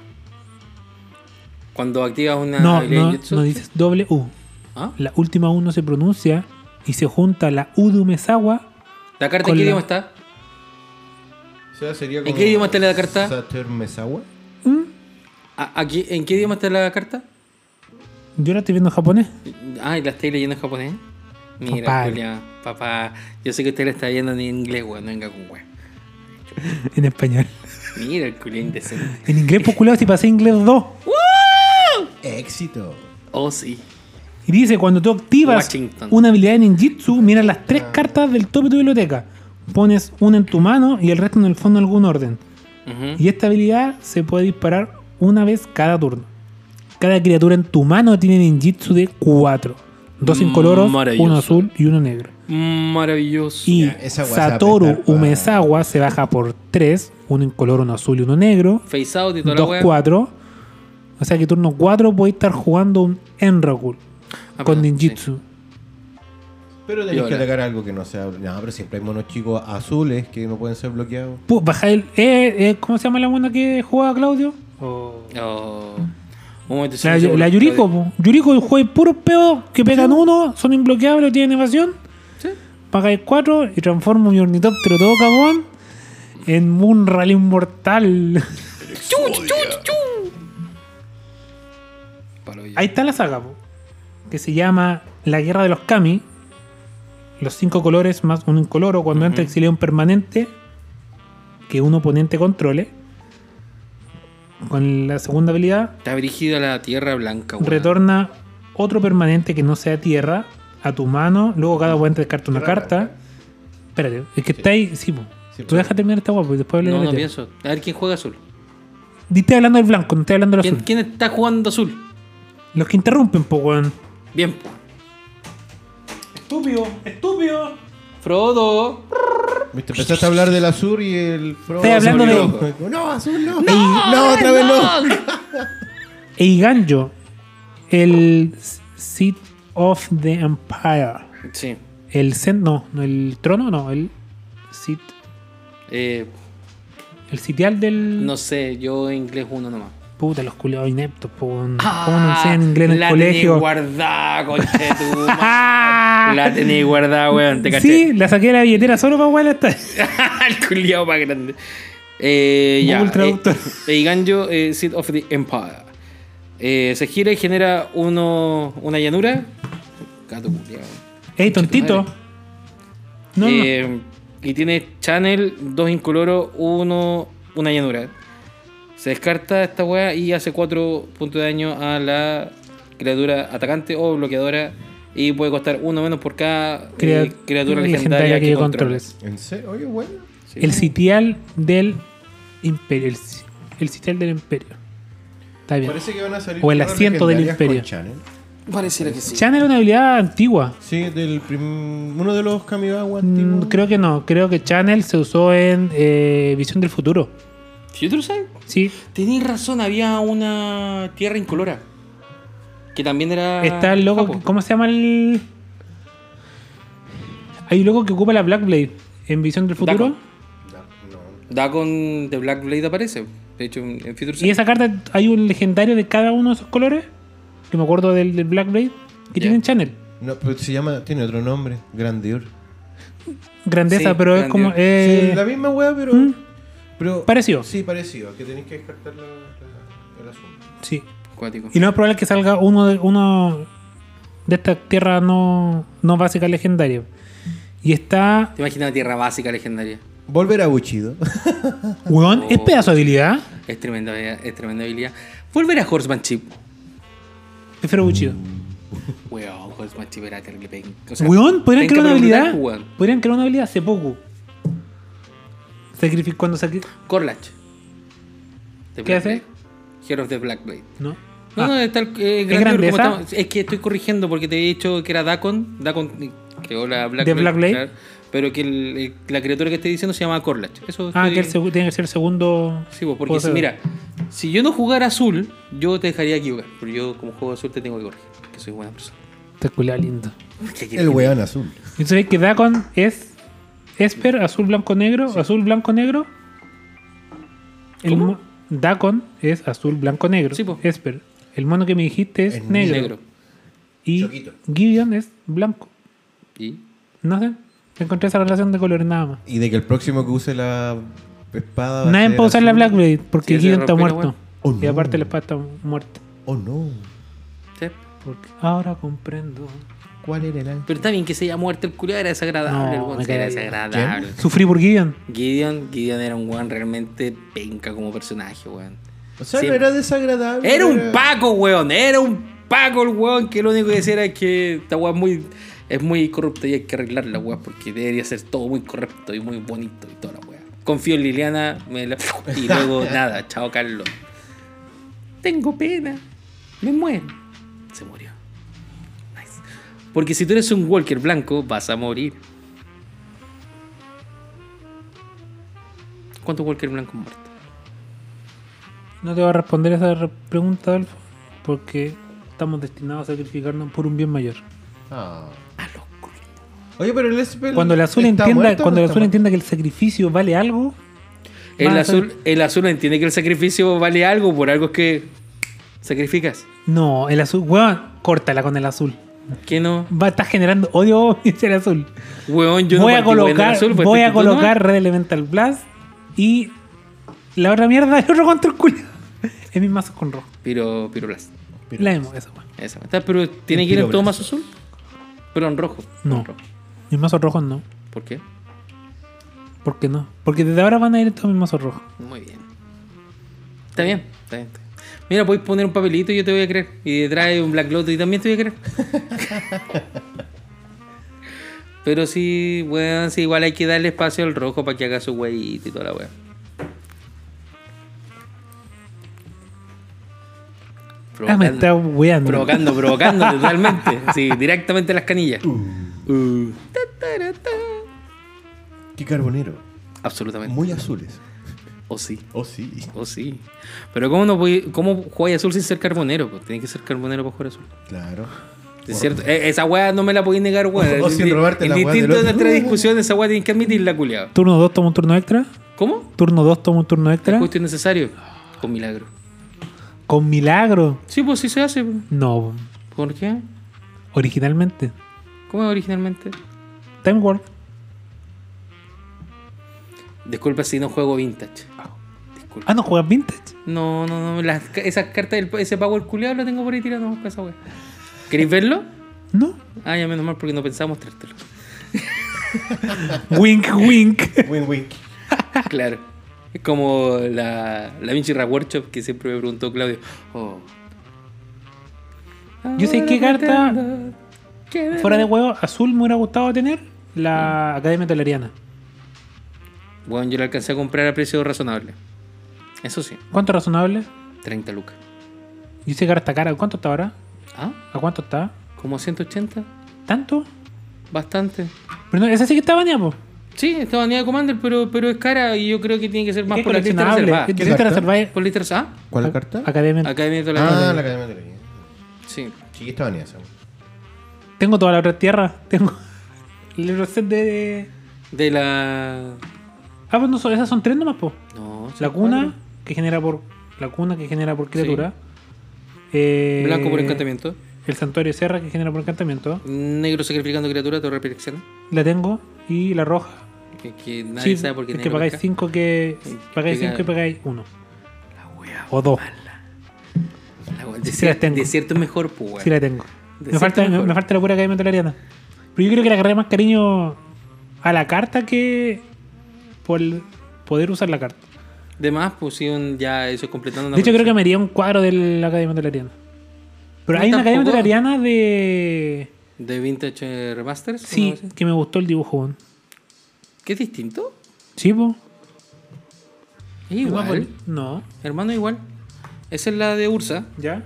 Cuando activas una
No,
habilidad
no,
Jutsu-
no dices doble U.
¿Ah?
La última U no se pronuncia y se junta la U de Umesawa
¿La carta
con
en qué
la-
idioma está?
O sea, sería
¿En
como
qué idioma está la carta?
Saturn Mesawa.
¿A- aquí- ¿En qué idioma está la carta?
Yo la estoy viendo en japonés.
Ah, ¿y la estáis leyendo en japonés? Mira,
Papá.
Julia, papá. Yo sé que usted la está leyendo en inglés, weón. No venga con weón.
En español.
Mira el culiao indecente.
En inglés popular si pasé inglés 2.
Éxito.
Oh, sí.
Y dice, cuando tú activas
Washington. Ah.
una habilidad de ninjitsu, miras las tres cartas del tope de tu biblioteca. Pones una en tu mano y el resto en el fondo en algún orden.
Ujú.
Y esta habilidad se puede disparar una vez cada turno. Cada criatura en tu mano tiene ninjitsu de 4. Dos incoloros,
Mm, Maravilloso.
uno azul y uno negro.
Maravilloso.
Y
Ya, esa guasa va a
Satoru
apretar pa-
Umezawa se baja por 3, uno incoloro, uno azul y uno negro.
Face out y toda la weá.
2-4. O sea que turno 4 podéis estar jugando un Enrogul
Ah,
con
perdón,
ninjitsu.
Pero tenéis que
Viola.
atacar algo que no sea. No, pero siempre hay monos chicos azules que no pueden ser bloqueados.
Pu- baja el. eh, eh, ¿Cómo se llama la buena que jugaba Claudio?
Oh. Un momento, sí,
La,
no sé por
la
qué
Yuriko.
lo
po. Yuriko juega puros peos que pegan uno, son imbloqueables, tienen evasión.
Sí.
Pagáis 4 y transformo mi ornitóptero todo cagón en un rally inmortal.
de- Palo yo.
Ahí está la saga, po, que se llama La Guerra de los Kami. Los cinco colores más un incoloro. Cuando entra exilia un permanente que un oponente controle. Con la segunda habilidad,
Está dirigida a la tierra blanca, weón.
retorna otro permanente que no sea tierra a tu mano. Luego cada oponente descarta una
Tierra
carta.
blanca.
Espérate, es que está ahí. Sí, po.
Sí,
Tú
pero-
deja terminar esta guapa y después hablé
No,
de
no
la tierra.
pienso. A ver quién juega azul.
Y Estoy hablando del blanco, no estoy hablando del
¿Quién,
azul.
quién está jugando azul?
Los que interrumpen, po, weón.
Bien. po.
Estúpido, estúpido.
Frodo.
Viste, empezaste a hablar del azul y el Frodo
Estoy
se
hablando
volvió
de-
loco. No, azul no. No, otra vez no.
Eiganjo, el Seat of the Empire.
Sí.
El Zen, no, no, el trono, no, el Seat.
Eh,
El sitial del.
no sé, yo inglés uno nomás.
Puta, los culiados ineptos, po. weón. ¿Cómo no enseñan inglés en el
Ah, la
colegio?
tenés guardada, conche tu madre. La tenés guardada, weón. Te caché.
Sí, la saqué de la billetera solo para guardar esta.
El culiao más grande. Eh, ya.
Google Traductor.
Eh, eh, Ganjo, eh, Seed of the Empire. Eh, se gira y genera uno, una llanura. Gato culiao.
Ey, tontito.
madre.
No, no.
Eh, Y tiene channel, dos incoloro, uno, una llanura. Se descarta esta weá y hace 4 puntos de daño a la criatura atacante o bloqueadora. Y puede costar uno menos por cada eh,
Crea-
criatura legendaria que, controles.
controles.
¿En serio? Oye, bueno.
Sí.
El sitial del imperio. El, si- el sitial del imperio. Está bien.
Parece que van a salir.
O el
todas
asiento del
legendarias
imperio.
con Channel.
Pareciera que sí.
Chan era una habilidad antigua.
Sí, del prim- uno de los Kamigawa
Mm,
antiguos.
creo que no. Creo que Channel se usó en eh, Visión del Futuro.
¿Futureside?
Sí.
Tenéis razón, había una tierra incolora. Que también era.
Está el loco.
Japo.
que- ¿Cómo se llama el.? Hay un loco que ocupa la Black Blade en Visión del Futuro.
Daco. Dagon de Black Blade aparece. De hecho, en en Future
Y esa carta hay un legendario de cada uno de esos colores. Que me acuerdo del, del Black Blade. Que
Ya.
tiene en Channel.
No, pero se llama, tiene otro nombre, Grandeur.
Grandeza,
Sí,
pero es
grandioso.
como. eh,
Sí, la misma weá, pero.
¿Mm?
pero
Parecido.
Sí, parecido. Que tenéis que descartar la- la- el asunto.
sí.
Cuático.
Y no es probable que salga uno de, uno de esta tierra no, no básica legendaria. Y está.
Te imaginas la tierra básica legendaria.
Volver a Buchido.
Weón, es
Oh.
pedazo de habilidad.
Es tremenda, habilidad- es tremenda habilidad. Volver a Horsemanship.
Prefiero Buchido.
Weón, Horsemanship era terrible. penca. O sea,
Weón, podrían
penca,
crear una
pero
habilidad.
brutal, weón.
Podrían crear una habilidad hace poco. Sacrific cuando sacri
Corlach.
¿Qué
De Black
hace?
Blade. Hero of the Black Blade.
No.
No,
Ah,
no, está el eh,
¿Es
Grandeur,
grandeza?
como estamos- Es que estoy corrigiendo porque te he dicho que era Dacon. Dacon creó la Black
¿De Black Blade?
claro, pero que el- el- la criatura que estoy diciendo se llama Corlach. Eso
ah,
estoy-
que el segu- tiene que ser el segundo.
Sí, pues, porque si,
poseedor.
mira, si yo no jugara azul, yo te dejaría aquí jugar. Pero yo, como juego azul, te tengo que corregir. Que soy buena persona.
Te culea Este lindo.
¿Qué quieres
El weón azul.
Y tú sabes que Dacon es Esper, azul, blanco, negro, azul, blanco, negro. El
¿Cómo?
mo- Dacon es azul, blanco, negro.
Sí, po.
Esper. El mono que me dijiste es
Es
que-
negro.
negro?
Y
Choquito.
Gideon es blanco.
¿Y?
No sé. Encontré esa relación de colores nada más.
Y de que el próximo que use la espada. va a
Nadie
ser
puede usar la
azul.
Black Blade porque
Sí, ese
Gideon está
rompió la
muerto.
weá. Oh,
Y aparte
no.
la espada está muerta.
Oh no.
¿Sí?
Porque ahora comprendo.
¿Cuál era el ángel?
Pero está bien que se haya muerto el culiao, era desagradable.
No,
el weón,
me
sí, era
cae bien.
desagradable.
Sufrí por Gideon.
Gideon, Gideon era un weón realmente penca como personaje, weón.
O sea,
Sí.
no era desagradable.
Era un Paco, weón. Era un Paco el weón que lo único que decía era que esta weá es muy, es muy corrupta y hay que arreglarla, weón, porque debería ser todo muy correcto y muy bonito y toda la weá. Confío en Liliana me la- y luego nada, chao Carlos. Tengo pena, me muero. Se murió. Nice. Porque si tú eres un Walker blanco, vas a morir. ¿Cuántos Walker blancos han muerto?
No te voy a responder esa re- pregunta, Adolfo, porque estamos destinados a sacrificarnos por un bien mayor.
Ah. Oye, pero el Esper.
Cuando el azul
¿está
entienda,
muerto o
cuando el
no
azul
está
entienda que el sacrificio vale algo,
El
Van a
azul, el azul entiende que el sacrificio vale algo por algo que sacrificas.
no, el azul, weón, córtala con el azul.
¿Qué no?
Va a estar generando odio hacia el azul.
Weón, yo
voy
no
a
partí jugando
colocar,
al azul, pues,
voy
¿tú
a
no?
colocar Red Elemental Blast y la otra mierda, el otro contra el culo. Es mi mazo con rojo.
Piro, piroblas.
Pero-
La emo, esa weón.
Esa. Está, pero tiene que ir en todo más azul. Pero en rojo.
No.
En rojo.
Mis mazos rojos no.
¿Por qué?
¿Por qué no? Porque desde ahora van a ir todos mis mazos rojos.
Muy bien. Está bien, está bien. está bien. Mira, podéis poner un papelito y yo te voy a creer. Y detrás hay un Black Lotus y también te voy a creer. Pero sí, weón, sí, igual hay que darle espacio al rojo para que haga su huevito y toda la weá.
Ah, me está weando.
Provocando, provocando totalmente. Sí, directamente a las canillas. Uh.
Uh, Qué carbonero.
Absolutamente.
Muy azules.
O sí.
Oh, sí.
O sí. Pero ¿cómo, no voy, cómo jugáis azul sin ser carbonero? Pues tenés que ser carbonero para jugar azul.
Claro.
Es cierto, e- esa weá no me la podéis negar, weá.
O Oh, sin robarte la weá del
Indistinto de
otro.
nuestra discusión, esa weá tienes que admitirla, culiado.
Turno 2 toma un turno extra.
¿Cómo?
Turno 2 toma un turno
¿Es
extra.
justo y necesario? Con milagro.
Con milagro.
Sí, pues sí se hace. pues.
No,
¿Por qué?
originalmente.
¿Cómo es originalmente?
Time Warp.
Disculpa si no juego vintage.
Ah, no, juegas vintage.
No, no, no. las ca- esas cartas, del, ese power culiado lo tengo por ahí tirado nomás con esa weá. ¿Queréis verlo?
No.
Ah, ya menos mal porque no pensaba mostrártelo.
wink, wink.
Win win.
Claro. Es como la, la Vinci Rap Workshop que siempre me preguntó Claudio. Oh.
Yo sé qué
Ahora me
carta-
entiendo que de-
Fuera de huevo, azul me hubiera gustado tener la Academia Taleriana.
Bueno, yo la alcancé a comprar a precio razonable. Eso sí,
¿Cuánto razonable?
30 lucas.
Yo sé que ahora está cara. ¿Cuánto está ahora?
¿Ah?
¿A cuánto está?
¿Como 180?
¿Tanto?
Bastante.
Pero no, esa sí que está baneada, po.
Sí, está bandida de Commander, pero, pero es cara y yo creo que tiene que ser más
Es
por la lista
coleccionable.
reservada.
Es
¿Qué
lista
carta?
reservada.
¿Por lista reservada?
¿Cuál es la carta?
Academia.
Academia de la
Ah, la Academia de la Ley.
Sí.
Sí, estaba en esa.
Tengo toda la otra tierra. Tengo el libro set de.
De la.
Ah, pues no, son- esas son tres nomás, po.
No,
La
son
cuna
cuatro.
que genera por. La cuna que genera por criatura. Eh,
Blanco por encantamiento.
El santuario de Serra que genera por encantamiento.
Negro sacrificando criatura, torre de protección.
La tengo. Y la roja.
Que, que nadie
Sí,
sabe por qué
es que
negro
pagáis
acá.
5 que.
Sí,
Pagáis
pega-
5 y pagáis 1. O 2.
La wea-
Sí las
De,
tengo.
de cierto es mejor, pues, weón.
Sí la tengo.
De
Me falta,
cierto
me,
mejor.
me falta la pura academia talariana. Pero yo creo que le agarré más cariño a la carta que por el poder usar la carta.
De más, pues sí, un- ya eso es completando una
de hecho, creo que
colección.
me haría un cuadro de la academia talariana. Pero
No,
hay una
tampoco.
academia talariana de.
¿De Vintage eh, Remasters? una
Sí,
cosa así.
que me gustó el dibujo. weón.
¿Qué es distinto?
Sí, po.
Es Igual.
No,
Hermano, igual. Esa es la de Ursa.
ya.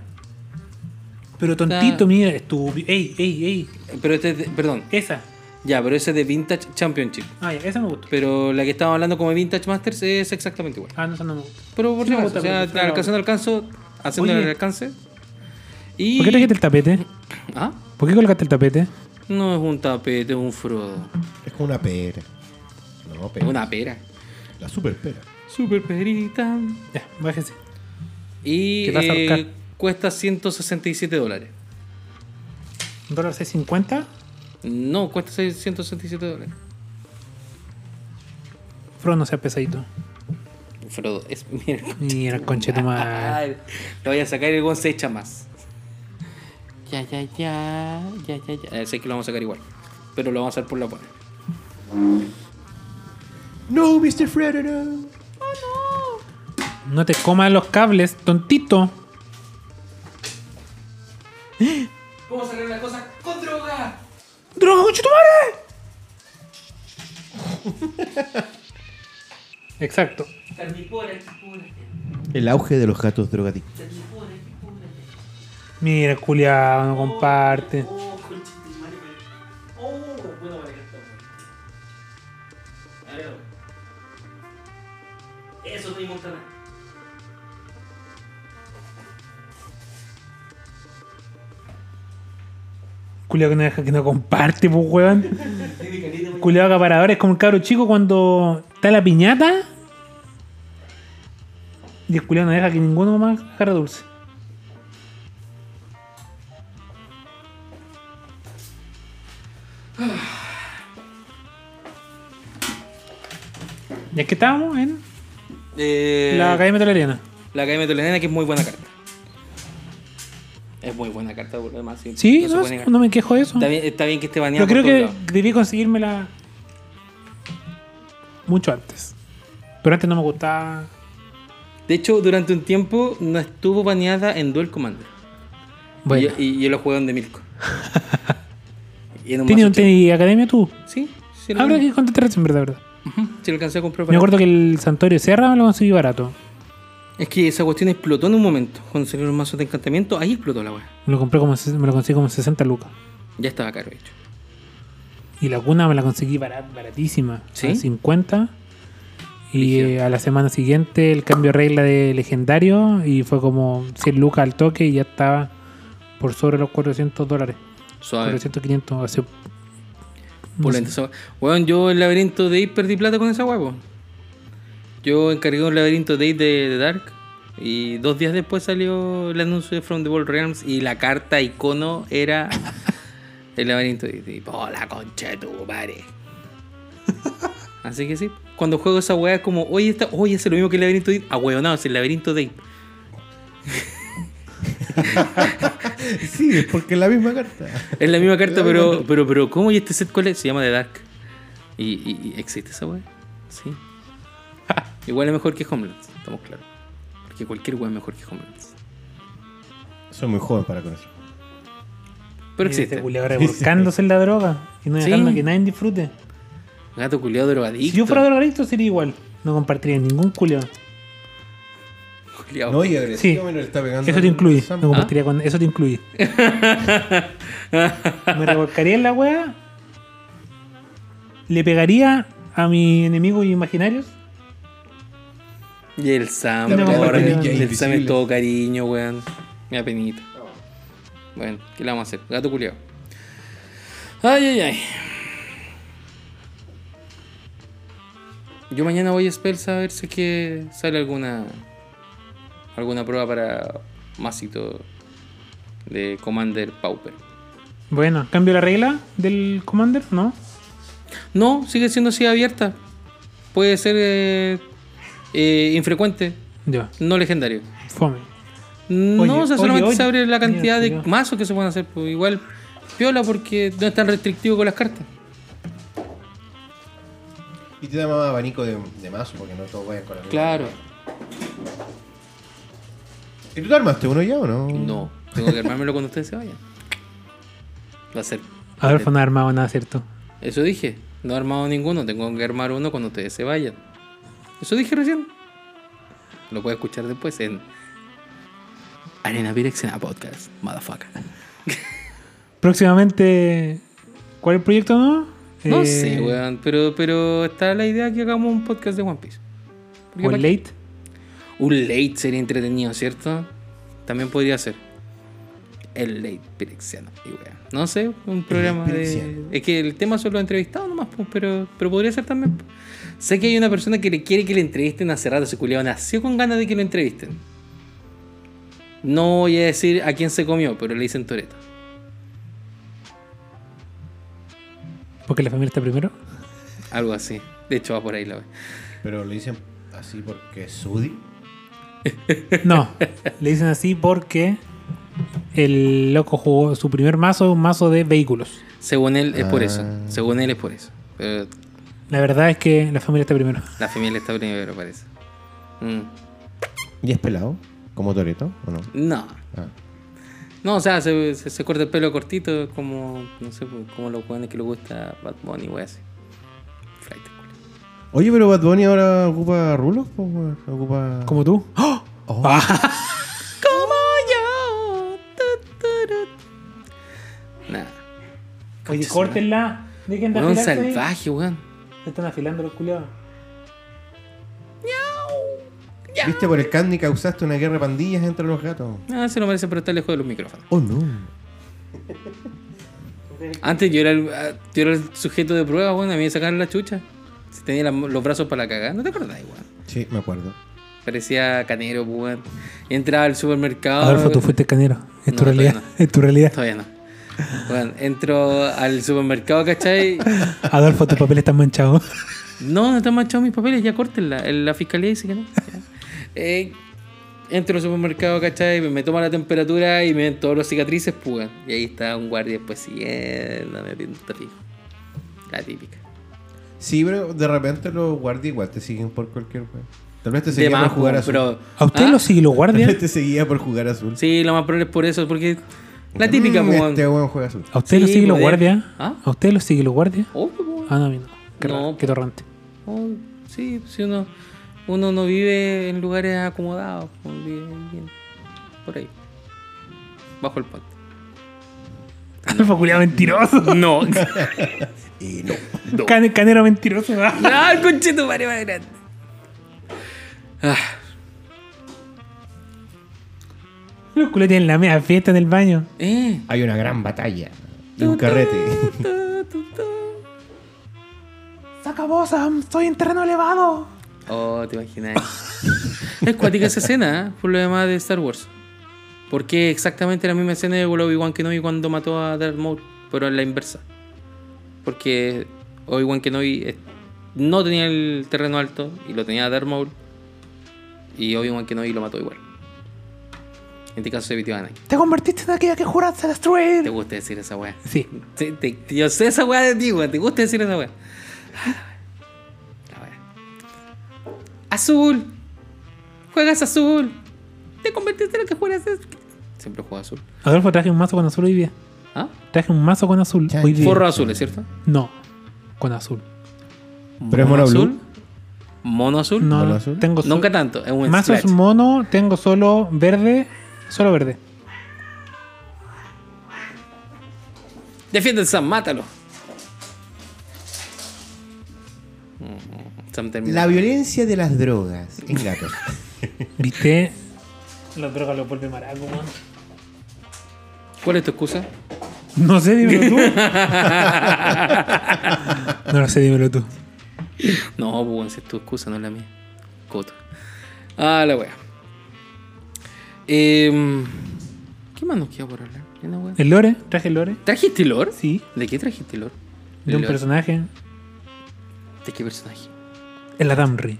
Pero tontito, mira, estúpido. Ey, ey, ey.
Pero este es de- Perdón.
Esa.
Ya, pero esa es de Vintage Championship.
Ah, ya, esa me gustó.
Pero la que estábamos hablando como de Vintage Masters es exactamente igual.
Ah, no, esa no me gustó.
Pero por
Sí me
si acaso,
gusta,
o sea,
pero prefiero la
alcanzando alcanzo, haciendo
Oye.
el alcance. Y...
¿Por qué trajiste el tapete?
¿Ah?
¿Por qué colgaste el tapete?
No es un tapete, es un frodo.
Es como una pera. No,
Es
pera.
una pera.
La super pera.
Super perita.
Ya, bájese.
Y
Te vas a
eh,
ahorcar.
cuesta 167 dólares.
¿Dólar 650?
No, cuesta 167 dólares.
Fro no sea pesadito.
Frodo, es mira.
Mira, conche tu madre.
Ay, Lo voy a sacar y el weón se echa más. Ya, ya, ya. Ya, ya, ya. Eh, sé que lo vamos a sacar igual. Pero lo vamos a hacer por la buena.
No, Mr. Fredero.
No te comas los cables, tontito.
¿Cómo sacar las cosas con droga?
¡Droga, conche tu madre! Exacto.
El auge de los gatos drogadictos.
Mira, culiado, no comparte.
Eso te Montana.
Culiado que no deja que no comparte, pues, weón. Culiado acaparador es como el cabro chico cuando está la piñata. Y el culiado no deja que ninguno más agarre dulce. Ya que estábamos en
Eh,
la Academia Toleriana.
La Academia Toledana, que es muy buena carta. Es muy buena carta, por lo demás.
Sí,
se
no,
puede negar.
no me quejo de eso.
Está bien, está bien que esté baneado.
Pero creo
por
que
todos lados.
debí conseguírmela mucho antes. Pero antes no me gustaba.
De hecho, durante un tiempo no estuvo baneada en Duel Commander.
Bueno,
Y, y yo lo jugué en Demilco. y en un
¿Tienes
mazo
un
chico.
tenis academia tú?
Sí, sí lo,
Ahora que contrataste en verdad, verdad.
Ujú, sí lo alcancé a comprar.
Me
barato.
acuerdo que el Santorio Serra me lo conseguí barato.
Es que esa cuestión explotó en un momento. Cuando salieron los mazos de encantamiento, ahí explotó la weá.
Me lo compré como ses- me lo conseguí como en 60 lucas.
Ya estaba caro, de hecho.
Y la cuna me la conseguí barat- baratísima.
¿Sí?
A 50. Y
Brígido.
eh, a la semana siguiente el cambio de regla de legendario. Y fue como 100 lucas al toque y ya estaba por sobre los 400 dólares.
Suave.
400, 500. Hace,
Pulenta esa weá. Weón, yo el laberinto de Aid perdí plata con esa huevo. Yo encargué un laberinto de Aid de, de Dark. Y dos días después salió el anuncio de From the World Realms. Y la carta icono era el laberinto de Aid. ¡Oh, la concha de tu madre! Así que sí. Cuando juego esa weá es como, oye, esta, oye, es lo mismo que el laberinto de Aid. Ah, weón, no, es el laberinto de Aid.
Sí, es porque es la misma carta.
Es la misma carta, pero, pero, pero, ¿cómo? ¿Y este set cuál es? Se llama The Dark. ¿Y, y- y existe esa weá? Sí. Igual es mejor que Homelands, estamos claros. Porque cualquier weón es mejor que Homelands.
Soy muy joven para conocer.
Pero
Y este
existe.
culiao ahora buscándose en la droga. Y no
Sí.
dejando que nadie disfrute.
Gato culiado drogadicto.
Si yo fuera drogadicto sería igual. No compartiría ningún culiao.
Culiao.
No, y agresivo
Sí.
me lo está pegando.
Eso te incluye.
Sam.
No
¿Ah?
compartiría con. Eso te incluye. Me revolcaría en la wea. Le pegaría a mis enemigos imaginarios.
Y el Sam,
No, porque-
ahora el- el Sam es
Invisible.
todo cariño, weón. Me da penita. Bueno, ¿qué le vamos a hacer? Gato culiado. Ay, ay, ay. Yo mañana voy a Spells a ver si es que sale alguna alguna prueba para Masito de Commander Pauper.
Bueno, cambio la regla del Commander, ¿no?
No, sigue siendo así abierta. Puede ser eh, eh, infrecuente,
Ya.
no legendario.
Fome.
Mm, No,
Oye,
o sea,
oye,
solamente
oye.
se abre la
Mira,
cantidad de
culiao.
mazos que se pueden hacer. Pues igual, piola porque no es tan restrictivo con las cartas.
Y te da más abanico de, de mazo porque no todos vayan con la misma.
Claro.
¿Y tú te armaste uno ya o no?
Mm.
No, tengo que armármelo cuando ustedes se vayan. Va a ser.
Adolfo no ha armado nada, ¿cierto?
Eso dije. No he armado ninguno. Tengo que armar uno cuando ustedes se vayan. Eso dije recién. Lo puedes escuchar después en Arena Virexena Podcast. Motherfucker.
Próximamente. ¿Cuál es el proyecto, no?
No
Eh,
sé, weón. Pero, pero está la idea que hagamos un podcast de One Piece. Porque
O
¿para qué?
late.
Un late sería entretenido, ¿cierto? También podría ser. El late pirexiano. Y wea. No sé, un programa de.
pirexiano.
Es que el tema son los entrevistados nomás, pues, pero, pero podría ser también. pues. Sé que hay una persona que le quiere que le entrevisten hace rato, ese culiao nació con ganas de que lo entrevisten. No voy a decir a quién se comió, pero le dicen Toreto.
Porque la familia está primero.
Algo así. De hecho, va por ahí la wea.
Pero le dicen así porque es Sudi.
No, le dicen así porque el loco jugó su primer mazo, es un mazo de vehículos.
Según él, es por eso.
Ah.
Según él, es por eso. Pero
La verdad es que la familia está primero.
la familia está primero, parece. Mm.
¿Y es pelado? ¿Como Toreto o no?
No.
Ah.
No, o sea, se, se, se corta el pelo cortito, como, no sé, pues, como los jóvenes que les gusta Bad Bunny, wey, así. Flight, culo.
Oye, pero Bad Bunny ahora ocupa rulos, po, weón. Ocupa.
Como tú. ¡Oh! Ah,
Como yo. tu, tu, ru. Nah.
Oye,
Concha
córtenla. Dejen
su
de
madre. Weón
afilarse ahí.
salvaje, weón.
Se están afilando los culiados.
¿Viste por el candy causaste una guerra de pandillas entre los gatos?
Ah, se lo merece, pero está lejos de los micrófonos.
Oh no.
Antes yo era el, ah, yo era el sujeto de prueba, weón. A mí me sacaron la chucha. Si tenía la- los brazos para la cagada. ¿No te acordás, weón?
Sí, me acuerdo.
Parecía canero, weón. Entraba al supermercado.
Adolfo, tú
weón.
fuiste canero. Es tu
Ah, No, todavía
realidad. Es tu realidad.
Todavía no. Bueno, entro al supermercado, ¿cachai?
Adolfo, tus papeles están manchados.
No, no están manchados mis papeles, ya córtenla. El- La fiscalía dice que no. Ya. Eh, entro al supermercado, ¿cachai? Me toma la temperatura y me ven todos los cicatrices, pues. weón. Y ahí está un guardia después siguiendo, me pinta fijo. La típica.
Sí, pero de repente los guardias igual te siguen por cualquier weón. Tal vez te
De
seguía
más,
por jugar
pues,
azul.
pero-
¿A usted
Ah,
los siglos
Tal
guardias?
vez te seguía por jugar azul.
Sí, lo más probable es por eso, porque la típica,
Mm,
pues. weón.
Este weón juega azul.
¿A usted los
Sí,
siglos
pues,
guardias?
¿Ah?
¿A usted los siglos guardias?
Obvio, pues, weón.
Ah, no, a mí no. Qué,
No,
raro,
pues.
qué torrante.
Oh, sí, si uno, uno no vive en lugares acomodados, pues, vive bien, por ahí, bajo el puente.
Adolfo, culiado mentiroso.
No,
Y no.
Can- canero mentiroso. ah.
no, el conchito madre más grande. Ah,
Los culiados tienen la media fiesta en el baño.
eh.
Hay una gran batalla. Y un carrete.
¡Saca vos, Sam! ¡Estoy en terreno elevado!
Oh, te imaginas. es cuática esa escena, ¿eh? por lo demás de Star Wars. Porque exactamente la misma escena de Obi-Wan Kenobi cuando mató a Darth Maul, pero en la inversa. Porque Obi-Wan Kenobi eh, no tenía el terreno alto y lo tenía Darth Maul. Y Obi-Wan Kenobi lo mató igual. En este caso se pitió a Anakin.
¡Te convertiste en aquella que juraste
¿Te
destruir!
gusta decir esa weá?
Sí.
Sí, te- te- yo sé esa weá de ti, Ah, weón. ¿Te gusta decir esa weá? La weá. Azul. Juegas azul. Te convertiste en el que juegas azul. Siempre juega azul.
Adolfo, traje un mazo con azul hoy día.
¿Ah?
Traje un mazo con azul
Ya,
hoy
ya.
día.
Forro azul, ¿es cierto?
No, con azul.
Pero es mono blue.
Mono azul.
No,
¿Con azul?
tengo sol-
Nunca tanto. Es un
Mazos
scratch.
mono, tengo solo verde. Solo verde.
Defiende el Sam, mátalo. Mm, Sam termina.
La violencia de las drogas en gatos.
¿Viste? Los drogas los vuelve maraco, man.
¿Cuál es tu excusa?
No sé, dímelo tú. no lo sé, dímelo tú.
No, pues, esa es tu excusa, no es la mía. Coto. Ah, la wea. Em, ¿Qué más nos queda por hablar? ¿Qué la wea?
¿El lore? ¿Traje el lore?
¿Trajiste lore?
Sí.
¿De qué trajiste lore?
De un
Lore.
personaje.
¿De qué personaje?
El Adamri.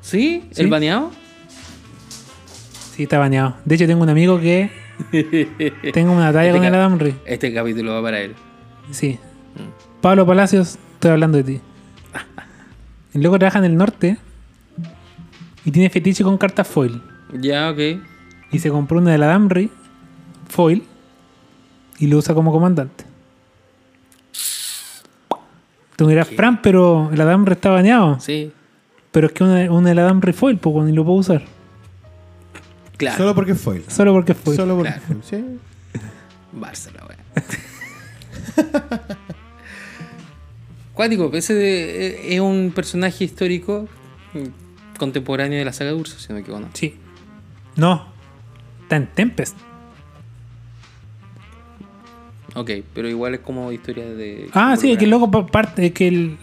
¿Sí?
Sí.
¿El baneado?
Sí, está bañado. De hecho, tengo un amigo que. tengo una talla con el Adamri.
Este capítulo va para él.
Sí. Pablo Palacios, estoy hablando de ti. El loco trabaja en el norte y tiene fetiche con cartas foil.
Ya, ok.
Y se compró una de la Damri, foil, y lo usa como comandante. Tú me dirás, Fran, pero el Adamri está bañado.
Sí.
Pero es que una, una de la Damri foil, pues ni lo puedo usar.
Claro.
Solo porque es foil.
Solo porque es foil.
Solo porque
Claro.
es foil, sí.
Barça, la wea. Cuático, ese de- eh, es un personaje histórico mm, contemporáneo de la saga de Urso, si no me equivoco. ¿no?
Sí. No. Está en Tempest.
Ok, pero igual es como historia de.
Ah, sí, es que el
loco.
loco pa- parte. Es que el,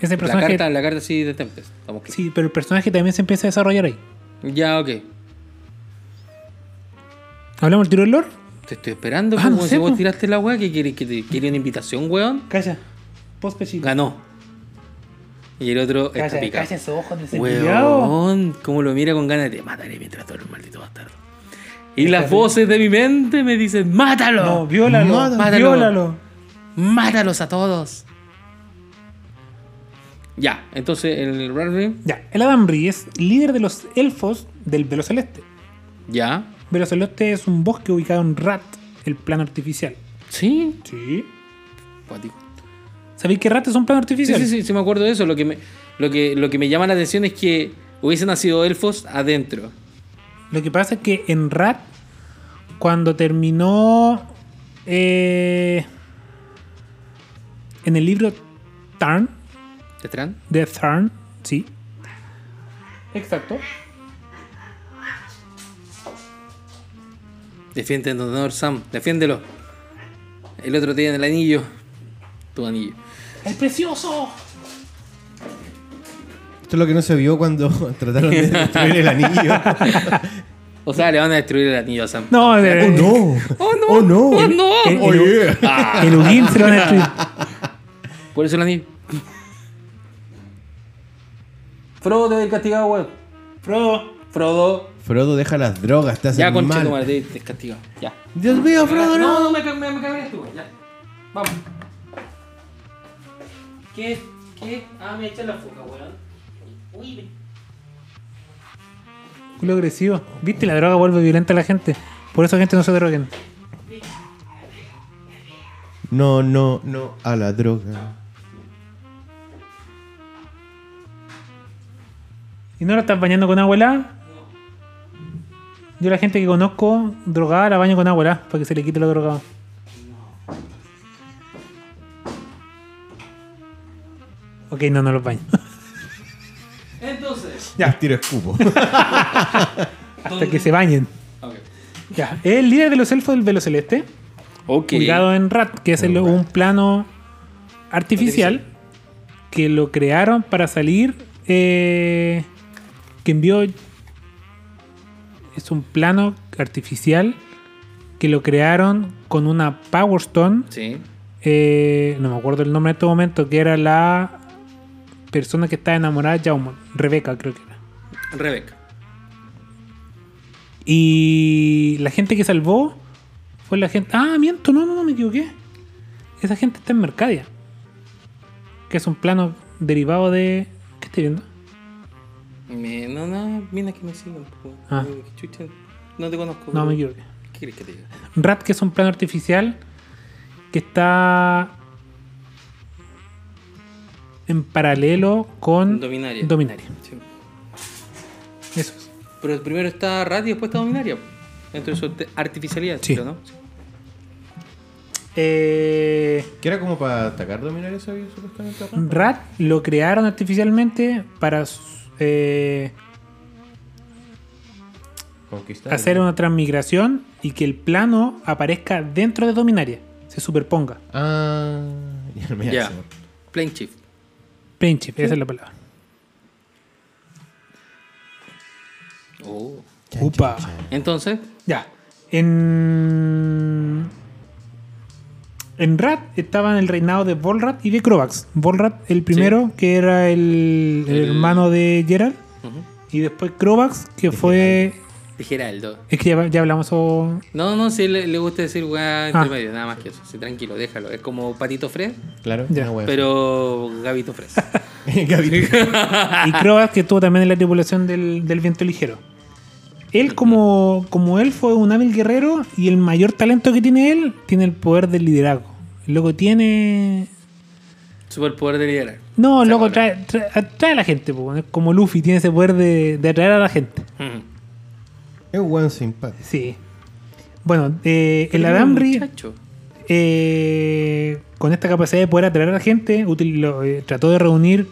ese
La
personaje.
carta, la carta sí de Tempest. estamos claros.
Sí, pero el personaje también se empieza a desarrollar ahí.
Ya, ok.
¿Hablamos del tiro del lore?
Te estoy esperando.
Ah,
pues,
no
weón,
sé,
si vos
po.
tiraste la wea, que quería que te quería una invitación, weón.
Calla. Pospechito.
Ganó. Y el otro está picado.
esos ojos de
Weón, como lo mira con ganas de mataré mientras todo el maldito bastardo. Y las voces de mi mente me dicen, ¡mátalo!
No, viólalo.
Mátalo.
Viólalo.
¡Mátalos a todos! Ya, entonces el Rarry,
Ya, el Adamri es líder de los elfos del Velo Celeste.
ya.
Velo Celeste es un bosque ubicado en Rat, el plano artificial.
Sí,
Sí.
cuático.
¿Sabéis que Rat es un plano
Sí,
artificial?
sí, sí, sí, me acuerdo de eso. Lo que me, lo que, lo que me llama la atención es que hubiesen nacido elfos adentro.
Lo que pasa es que en Rat, cuando terminó eh, en el libro Tarn,
¿Te traen?
de Tarn, sí. Exacto.
Defiende en honor, Sam, defiéndelo. El otro tiene el anillo. Tu anillo.
¡El precioso!
Esto es lo que no se vio cuando trataron de destruir el anillo.
O sea, le van a destruir el anillo a Sam.
No, de-
¡Oh, no!
¡Oh, no!
¡Oh, no!
¡Oh, no!
el-
¡Oh, yeah!
Ah,
el Ugin se lo van a destruir.
por eso el anillo. Frodo te el castigado, weón. Frodo. Frodo.
Frodo, deja las drogas, te
Ya,
hacen
con chico,
mal.
madre, te castigado. Ya.
Dios mío, Frodo, no.
no, me, ca- me, me cabreas tú, weón. Ya. Vamos. ¿Qué? ¿Qué? Ah, me echa la foca, weón. Uy,
Culo agresivo. ¿Viste? La droga vuelve violenta a la gente. Por eso, gente, no se droguen.
No, no, no a la droga.
¿Y no la estás bañando con abuela? Yo la gente que conozco drogada la baño con abuela para que se le quite lo drogado. Ok, no, no los baño.
me- Entonces.
Ya. Tiro escupo.
Hasta que se bañen.
Ok.
Ya. Es el líder de los elfos del Velo Celeste.
Ok.
Cuidado en Rat, que es el- un plano artificial, que lo crearon para salir. eh, que envió. Es un plano artificial que lo crearon con una Power Stone.
Sí.
eh, no me acuerdo el nombre en este momento, que era la persona que estaba enamorada de Jaumon. Rebeca, creo que era.
Rebeca.
Y la gente que salvó fue la gente. Ah, miento, no, no, no me equivoqué. Esa gente está en Mercadia. Que es un plano derivado de. ¿Qué estoy viendo?
Me- no, no, mira que me sigan. po.
Ah.
Eh, chucha, no te conozco.
No,
po.
me equivoqué.
¿Qué quieres que te diga?
Rap, que es un plano artificial que está en paralelo con
Dominaria.
Mm, Dominaria.
Sí.
Eso es.
Pero primero está radio y después está dominaria. po. Dentro de su te- artificialidad,
Sí.
creo, ¿no? Sí.
Eh,
Que era como para atacar dominar esa vida, supuestamente. Rafa.
Rat lo crearon artificialmente para s- eh,
Conquistar.
hacer una transmigración y que el plano aparezca dentro de Dominaria, se superponga.
Ah, ya me
Ya.
hace.
Plain Chief.
Plainchief, esa es la palabra.
Oh.
Upa.
Entonces,
Ya. En. En Rat estaban el reinado de Volrat y de Crovax. Volrat, el primero, que era el, el
El-
hermano de Gerald.
ujú,
Y después Crovax, que fue.
de Geraldo.
Es que ya, ya hablamos. o-
No, no, si le, le gusta decir weá entre
Ah.
medio, nada más que eso. Sí, tranquilo, déjalo. Es como Patito Fred,
Claro,
Ya.
una wea.
pero Gabito Fred.
Gabriel.
Y Crovax, que estuvo también en la tripulación del, del viento ligero. Él, como, como él, fue un hábil guerrero. Y el mayor talento que tiene él, tiene el poder del liderazgo. El loco tiene.
Superpoder de liderar.
No,
Se
loco,
logra.
trae, trae- atrae a la gente, po, es como Luffy tiene ese poder de, de atraer a la gente.
Ujú.
Es un weón simpático.
Sí. Bueno, eh, el
Pero,
Adamri,
muchacho.
eh, con esta capacidad de poder atraer a la gente, util- lo, eh, trató de reunir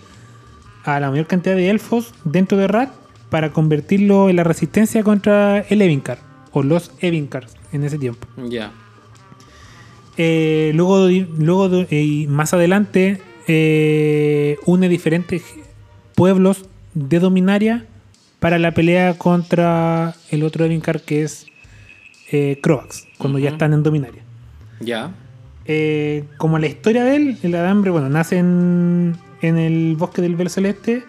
a la mayor cantidad de elfos dentro de Rat para convertirlo en la resistencia contra el Evinkar, o los Evinkars en ese tiempo.
Ya.
Eh, luego, de- luego de- eh, y más adelante eh, une diferentes pueblos de Dominaria para la pelea contra el otro Evincar que es eh, Croax, cuando ya
Ujú.
están en Dominaria.
Ya.
Eh, como la historia de él, el Adambre, bueno, nace en, en el bosque del Velo Celeste.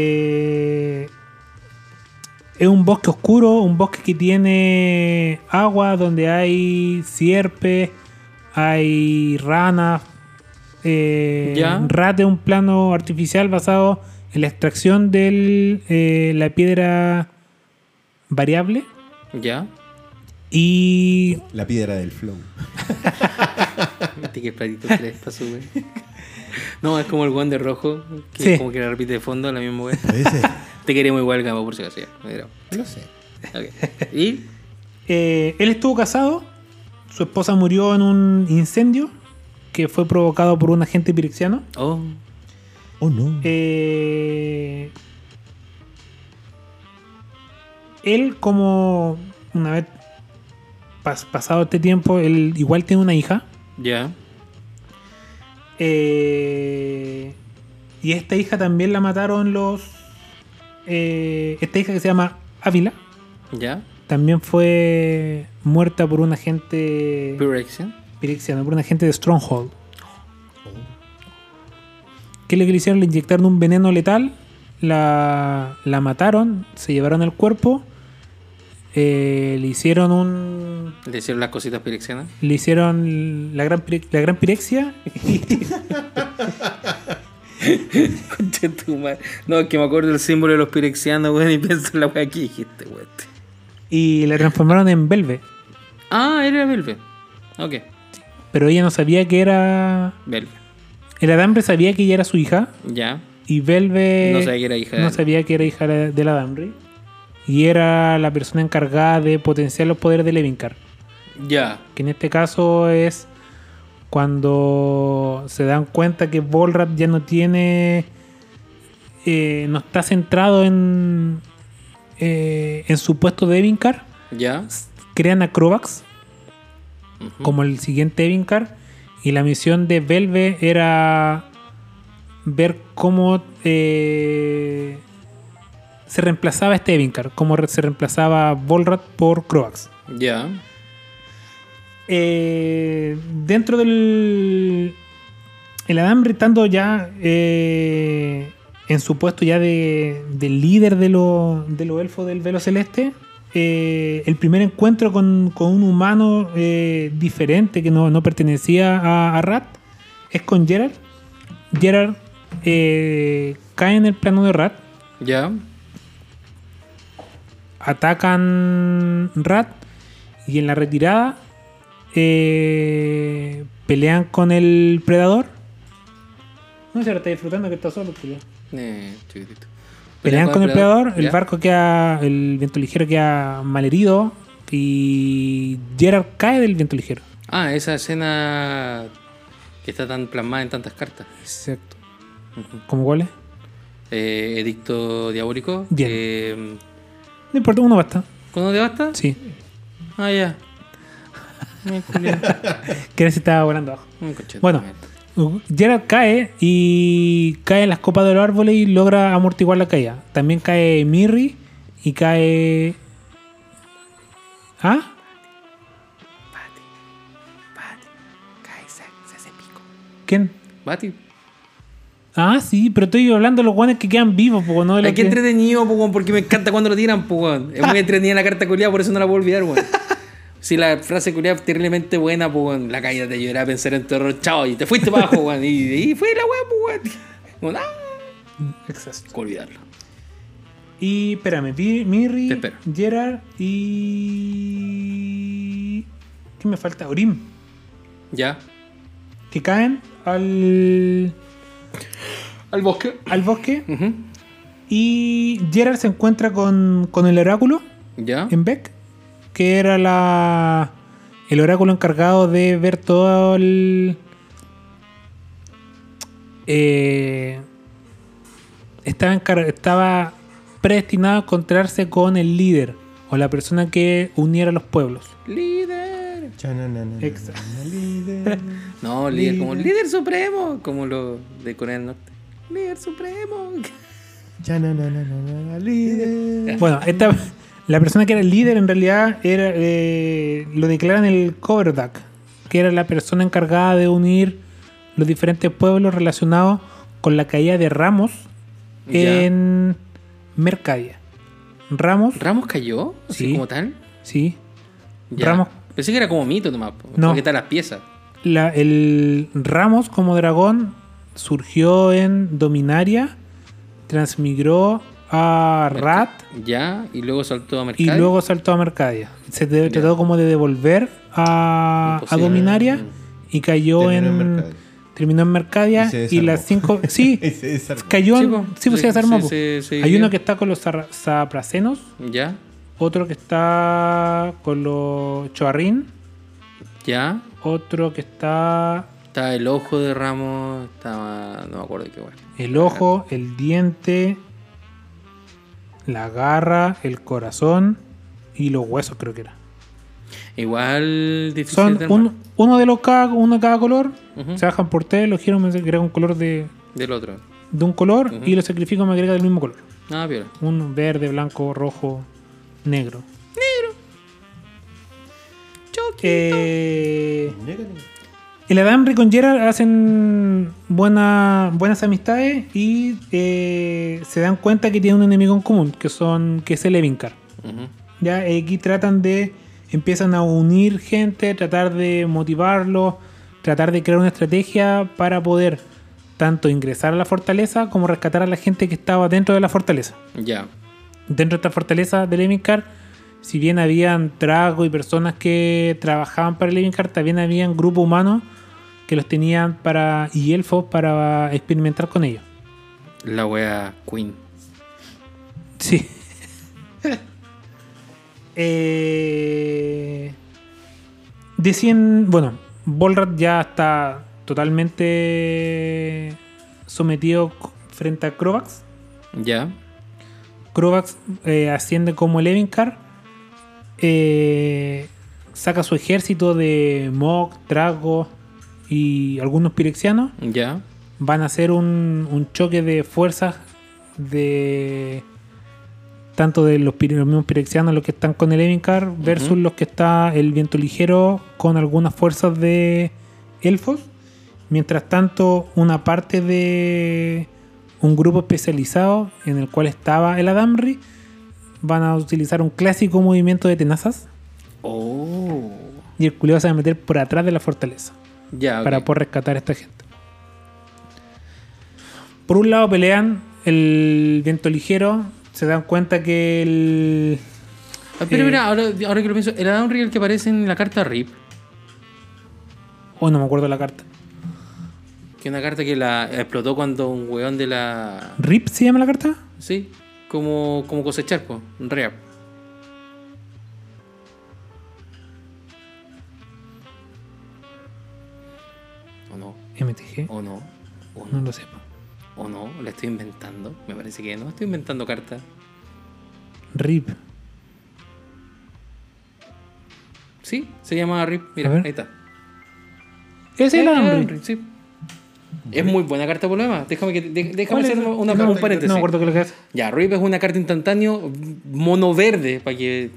Eh, es un bosque oscuro, un bosque que tiene agua, donde hay sierpes, hay ranas. Eh,
Ya.
Rat es un plano artificial basado en la extracción de la piedra variable
Ya.
y
La piedra del flow.
Viste que es Patito Fred pasó, güey. No, es como el guante rojo, que
Sí.
como que le repite de fondo la misma weá.
Parece.
Te queremos igual, Gabo, por si acaso. ya. Mira.
No sé.
Ok. Y
Eh, él estuvo casado, su esposa murió en un incendio que fue provocado por un agente pirexiano.
Oh,
Oh no.
Eh, él, como una vez pas- pasado este tiempo, él igual tiene una hija.
ya.
Eh, y esta hija también la mataron los... eh, esta hija que se llama Ávila
Ya.
también fue muerta por un agente...
Direction.
Pirexiano, por un agente de Stronghold. ¿Qué le que le hicieron? Le inyectaron un veneno letal, la, la mataron, se llevaron el cuerpo, eh, le hicieron un.
Le hicieron las cositas pirexianas.
Le hicieron la gran, pire- la gran pirexia.
Concha tu madre. No, es que me acuerdo el símbolo de los pirexianos, weón, y pienso en la weá que dijiste, weón.
y la transformaron en Belve.
Ah, era Belve. Ok,
Pero ella no sabía que era.
Belve.
El Adambre sabía que ella era su hija.
Ya.
Y Belve.
Eh, no sabía que era hija de
no
él.
sabía que era hija de de la Damri. Y era la persona encargada de potenciar los poderes de Levincar.
Ya.
Que en este caso es cuando se dan cuenta que Volrat ya no tiene. eh, no está centrado en. eh, en su puesto de Evincar.
Ya.
Crean a Crovax
Ujú.
como el siguiente Evincar. Y la misión de Velve era ver cómo eh, se reemplazaba este Evincar, cómo re- se reemplazaba Volrat por Croax.
Ya.
Eh, dentro del. El Adambre estando ya eh, en su puesto ya de, de líder de los de los elfos del Velo Celeste. eh, el primer encuentro con, con un humano eh, diferente que no, no pertenecía a, a Rat es con Gerard. Gerard eh, cae en el plano de Rat
Ya.
atacan Rat y en la retirada eh, pelean con el predador. No sé, lo está disfrutando que está solo. tío.
Eh, chiquitito.
Pelean con el predador, el barco queda, el viento ligero queda malherido y Gerard cae del viento ligero.
Ah, esa escena que está tan plasmada en tantas cartas.
Exacto. ¿Cómo cuál es?
Eh, edicto diabólico.
Bien.
Eh,
No importa, uno basta.
¿Con dónde basta?
Sí.
Ah, ya. Me culié.
Que era si estaba volando abajo.
Un cochete.
Bueno, uh, Gerard cae y cae en las copas de los árboles y logra amortiguar la caída. También cae Mirri y cae. ¿Ah? ¿Quién?
Bati.
Ah, sí, pero estoy hablando de los guanes que quedan vivos, porque no de los
Aquí
que-
entretenido, po, weón, porque me encanta cuando lo tiran, po, weón. Es muy entretenida la carta culiada, por eso no la puedo olvidar, weón. Si la frase culiada es terriblemente buena, po, weón. La caída te ayudará a pensar en tu error, chao, y te fuiste para abajo, weón. Y, y fue la weá, po, weón. Weón, ah,
Exacto.
¿cómo olvidarlo.
Y espérame, Pi- Mirri,
Te espero.
Gerard y. ¿Qué me falta? Orim.
Ya.
Que caen al.
Al bosque.
al bosque. Y Gerard se encuentra con, con el oráculo
Ya.
en Beck, que era la el oráculo encargado de ver todo el. eh, estaba, encar- estaba predestinado a encontrarse con el líder o la persona que uniera los pueblos.
Líder.
Chananana.
Exacto.
No, líder, como líder supremo, como lo de Corea del Norte. Líder supremo.
Chananana, líder.
Bueno, esta, la persona que era el líder en realidad era, eh, lo declaran el Coverduck, que era la persona encargada de unir los diferentes pueblos relacionados con la caída de Ramos
Ya.
en Mercadia. Ramos,
¿Ramos cayó? ¿Así
Sí.
como tal?
sí.
Ya.
Ramos.
Pensé que era como mito nomás, po,
No.
porque están las piezas.
La- el Ramos como dragón surgió en Dominaria, transmigró a Rat.
Ya, y luego saltó a
Y
Mercado.
luego saltó a Mercadia. Se de-
Ya.
trató como de devolver a, a
Imposible.
Dominaria y cayó en,
Terminó en Mercadia.
terminó en Mercadia
Y se
y, las cinco sí
Ese desarmó.
cayó
Sí,
en-
po.
sí, pues,
Sí,
se desarmó,
sí,
po.
sí, sí,
hay
ya.
uno que está con los zarra- sapracenos
Ya,
otro que está con los choarrín
ya.
otro que está
Está el ojo de Ramos, estaba. No me acuerdo qué bueno.
el ojo el diente la garra el corazón y los huesos creo que era
Igual difícil
Son
de armar.
un- uno de los cada, uno de cada color.
Ujú.
Se bajan por tres, los giro, me agrega un color de,
del otro. Ah,
de un color y los sacrifico me agrega del mismo color.
Nada, peor.
Un verde, blanco, rojo, negro. Negro. Eh, el Adamri con Gerard hacen buena- buenas amistades y eh, se dan cuenta que tienen un enemigo en común, que son que es el Evincar. Ya eh, aquí tratan de empiezan a unir gente, tratar de motivarlos, tratar de crear una estrategia para poder tanto ingresar a la fortaleza como rescatar a la gente que estaba dentro de la fortaleza.
Ya.
Dentro de esta fortaleza de Levincar, si bien habían tragos y personas que trabajaban para Levincar, también habían grupos humanos que los tenían para y elfos para experimentar con ellos.
La wea Queen.
Sí. eh, decían, bueno, Bolrat ya está totalmente sometido c- frente a Crovax.
Ya.
Crovax eh, asciende como el Evincar. eh, saca su ejército de Mog, Drago y algunos pirexianos
Ya.
van a hacer un, un choque de fuerzas de tanto de los, pir- los mismos pirexianos los que están con el Evincar versus los que está el viento ligero con algunas fuerzas de elfos mientras tanto una parte de un grupo especializado en el cual estaba el Adamri van a utilizar un clásico movimiento de tenazas
Oh.
y el culiao se va a meter por atrás de la fortaleza
Ya. ok.
para poder rescatar a esta gente. Por un lado pelean el viento ligero se dan cuenta que el.
Ah, Pero
Eh.
mira, ahora, ahora que lo pienso, ¿era Downrick el que aparece en la carta RIP?
Oh, no me acuerdo la carta.
Que una carta que la explotó cuando un weón de la.
¿Rip se llama la carta?
Sí, como, como cosechar, pues, un reap. ¿O no?
MTG.
¿O no? ¿O
No
no?
lo sepa.
¿O no? ¿La estoy inventando? Me parece que no, estoy inventando cartas.
Rip.
Sí, se llama RIP.
A
Mira,
ver.
ahí está.
Ese
Eh,
era
eh,
Downrick.
sí. Es muy buena carta problema. Déjame, que, de- déjame
¿Cuál es?
hacer una, una-
No,
un paréntesis.
No me acuerdo qué es lo que es.
Ya, RIP es una carta instantáneo mono verde para que,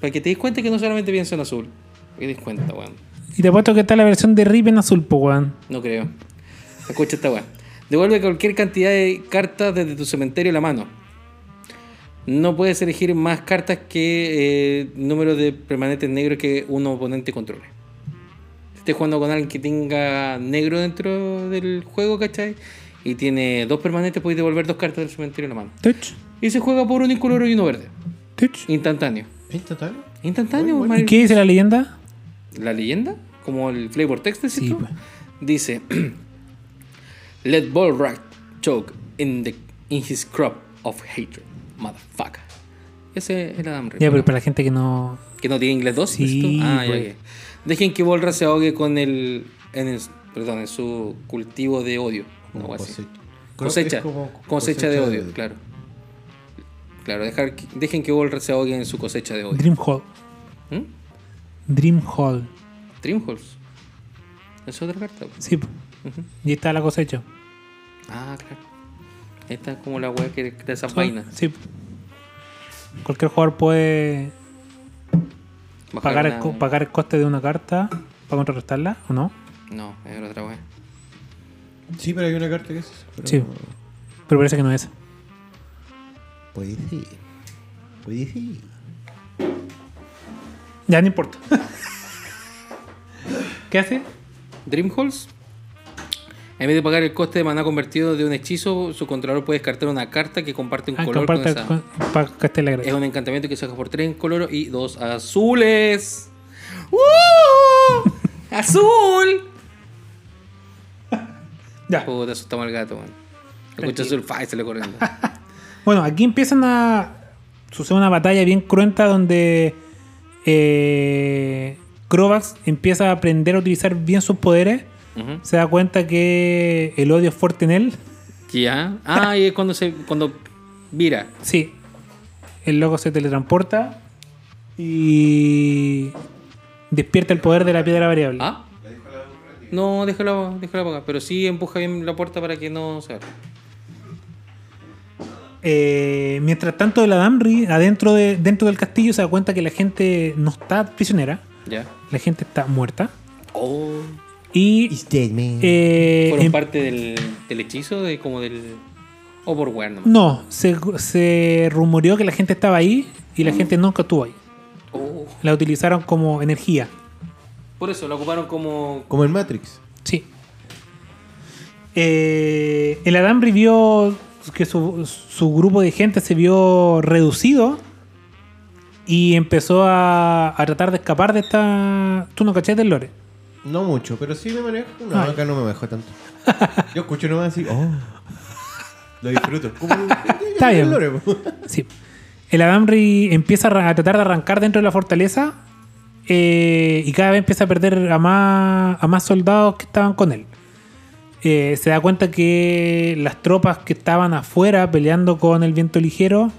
para que te des cuenta que no solamente pienso en azul. Para que te des cuenta, weón.
Y te apuesto que está la versión de Rip en azul, po, weón.
No creo. Escucha esta weá. Devuelve cualquier cantidad de cartas desde tu cementerio a la mano. No puedes elegir más cartas que eh, número de permanentes negros que un oponente controle. Si estés jugando con alguien que tenga negro dentro del juego, ¿cachai? Y tiene dos permanentes, puedes devolver dos cartas del cementerio a la mano.
Touch.
Y se juega por un incoloro y uno verde.
Touch.
Instantáneo.
¿En total?
Instantáneo,
¿Y
Mario.
qué dice la leyenda?
la leyenda, como el flavor text, decís
Sí,
tú,
pues.
dice: Let ball rack choke in, the, in his crop of hatred, motherfucker. Ese era Adam Rippon.
Ya, pero para la gente que no.
Que no tiene inglés 2,
Sí,
Ah, ya,
pues.
ya. Dejen que Bolra se ahogue con el, en el- Perdón, en su cultivo de odio.
Como
algo así.
cose- creo que
Cosecha.
es como
cosecha, de odio, claro. Claro, dejar, que- dejen que Bolra se ahogue en su cosecha de odio.
Dream Hall.
¿Mm?
Dream Hall.
Dreamholes. Es otra carta. pues.
Sí, po.
Ujú.
Y está la cosecha.
Ah, claro. Esta es como la weá que crea esas vainas.
Sí. po. Cualquier jugador puede
Bajar
pagar el,
una-
co- pagar el coste de una carta para contrarrestarla, ¿o no?
No, es la otra weá.
Sí, pero hay una carta que es. eso, pero-
Sí. Pero parece que no es.
Puede ser. Puede ser.
Ya no importa. ¿Qué hace?
Dreamholes. En vez de pagar el coste de maná convertido de un hechizo, su controlador puede descartar una carta que comparte un
Ah,
color
comparte
con esa.
con- para que esté la
Es
gracia.
un encantamiento que se hace por tres en color y dos azules. ¡Uh! ¡Azul!
Ya.
Puta, asustamos al gato, weón. Escucha azul, fa, y sale corriendo.
Bueno, aquí empiezan a. Sucede una batalla bien cruenta donde. Eh, Crovax empieza a aprender a utilizar bien sus poderes.
Ujú.
Se da cuenta que el odio es fuerte en él.
Ya. Ah, y es cuando se. cuando vira.
Sí. El loco se teletransporta. Y. Despierta el poder de la piedra variable.
¿Ah? No, déjalo, déjalo para acá. Pero sí empuja bien la puerta para que no se abra.
Eh, mientras tanto, la Damri, adentro de, dentro del castillo, se da cuenta que la gente no está prisionera.
Ya.
La gente está muerta.
Oh.
Y.
It's dead, man.
eh,
¿Fueron
em-
parte del, del hechizo? De, como del. O por wear nomás.
No, se, se rumoreó que la gente estaba ahí y la gente nunca estuvo ahí.
Oh.
La utilizaron como energía.
Por eso, lo ocuparon como.
Como el Matrix.
Sí. Eh, el Adamri vio que su, su grupo de gente se vio reducido y empezó a, a tratar de escapar de esta. ¿Tú no caché del lore?
No mucho, pero sí me manejo. No,
Ay.
acá no me manejo tanto. Yo escucho nomás así. Oh. Lo disfruto. Como-
Está bien.
el lore, po.
Sí. El Adamri empieza a, arran- a tratar de arrancar dentro de la fortaleza eh, y cada vez empieza a perder a más, a más soldados que estaban con él. Eh, se da cuenta que las tropas que estaban afuera peleando con el viento ligero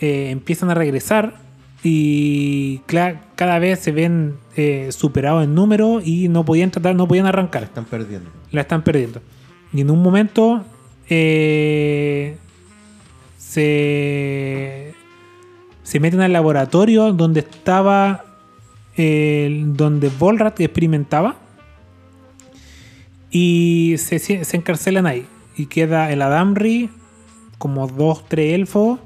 eh, empiezan a regresar y cla- cada vez se ven eh, superados en número y no podían tratar, no podían arrancar
Están perdiendo.
la están perdiendo. Y en un momento eh, se, se meten al laboratorio donde estaba, eh, donde Volrat experimentaba y se, sie- se encarcelan ahí. Y queda el Adamri, como dos, tres elfos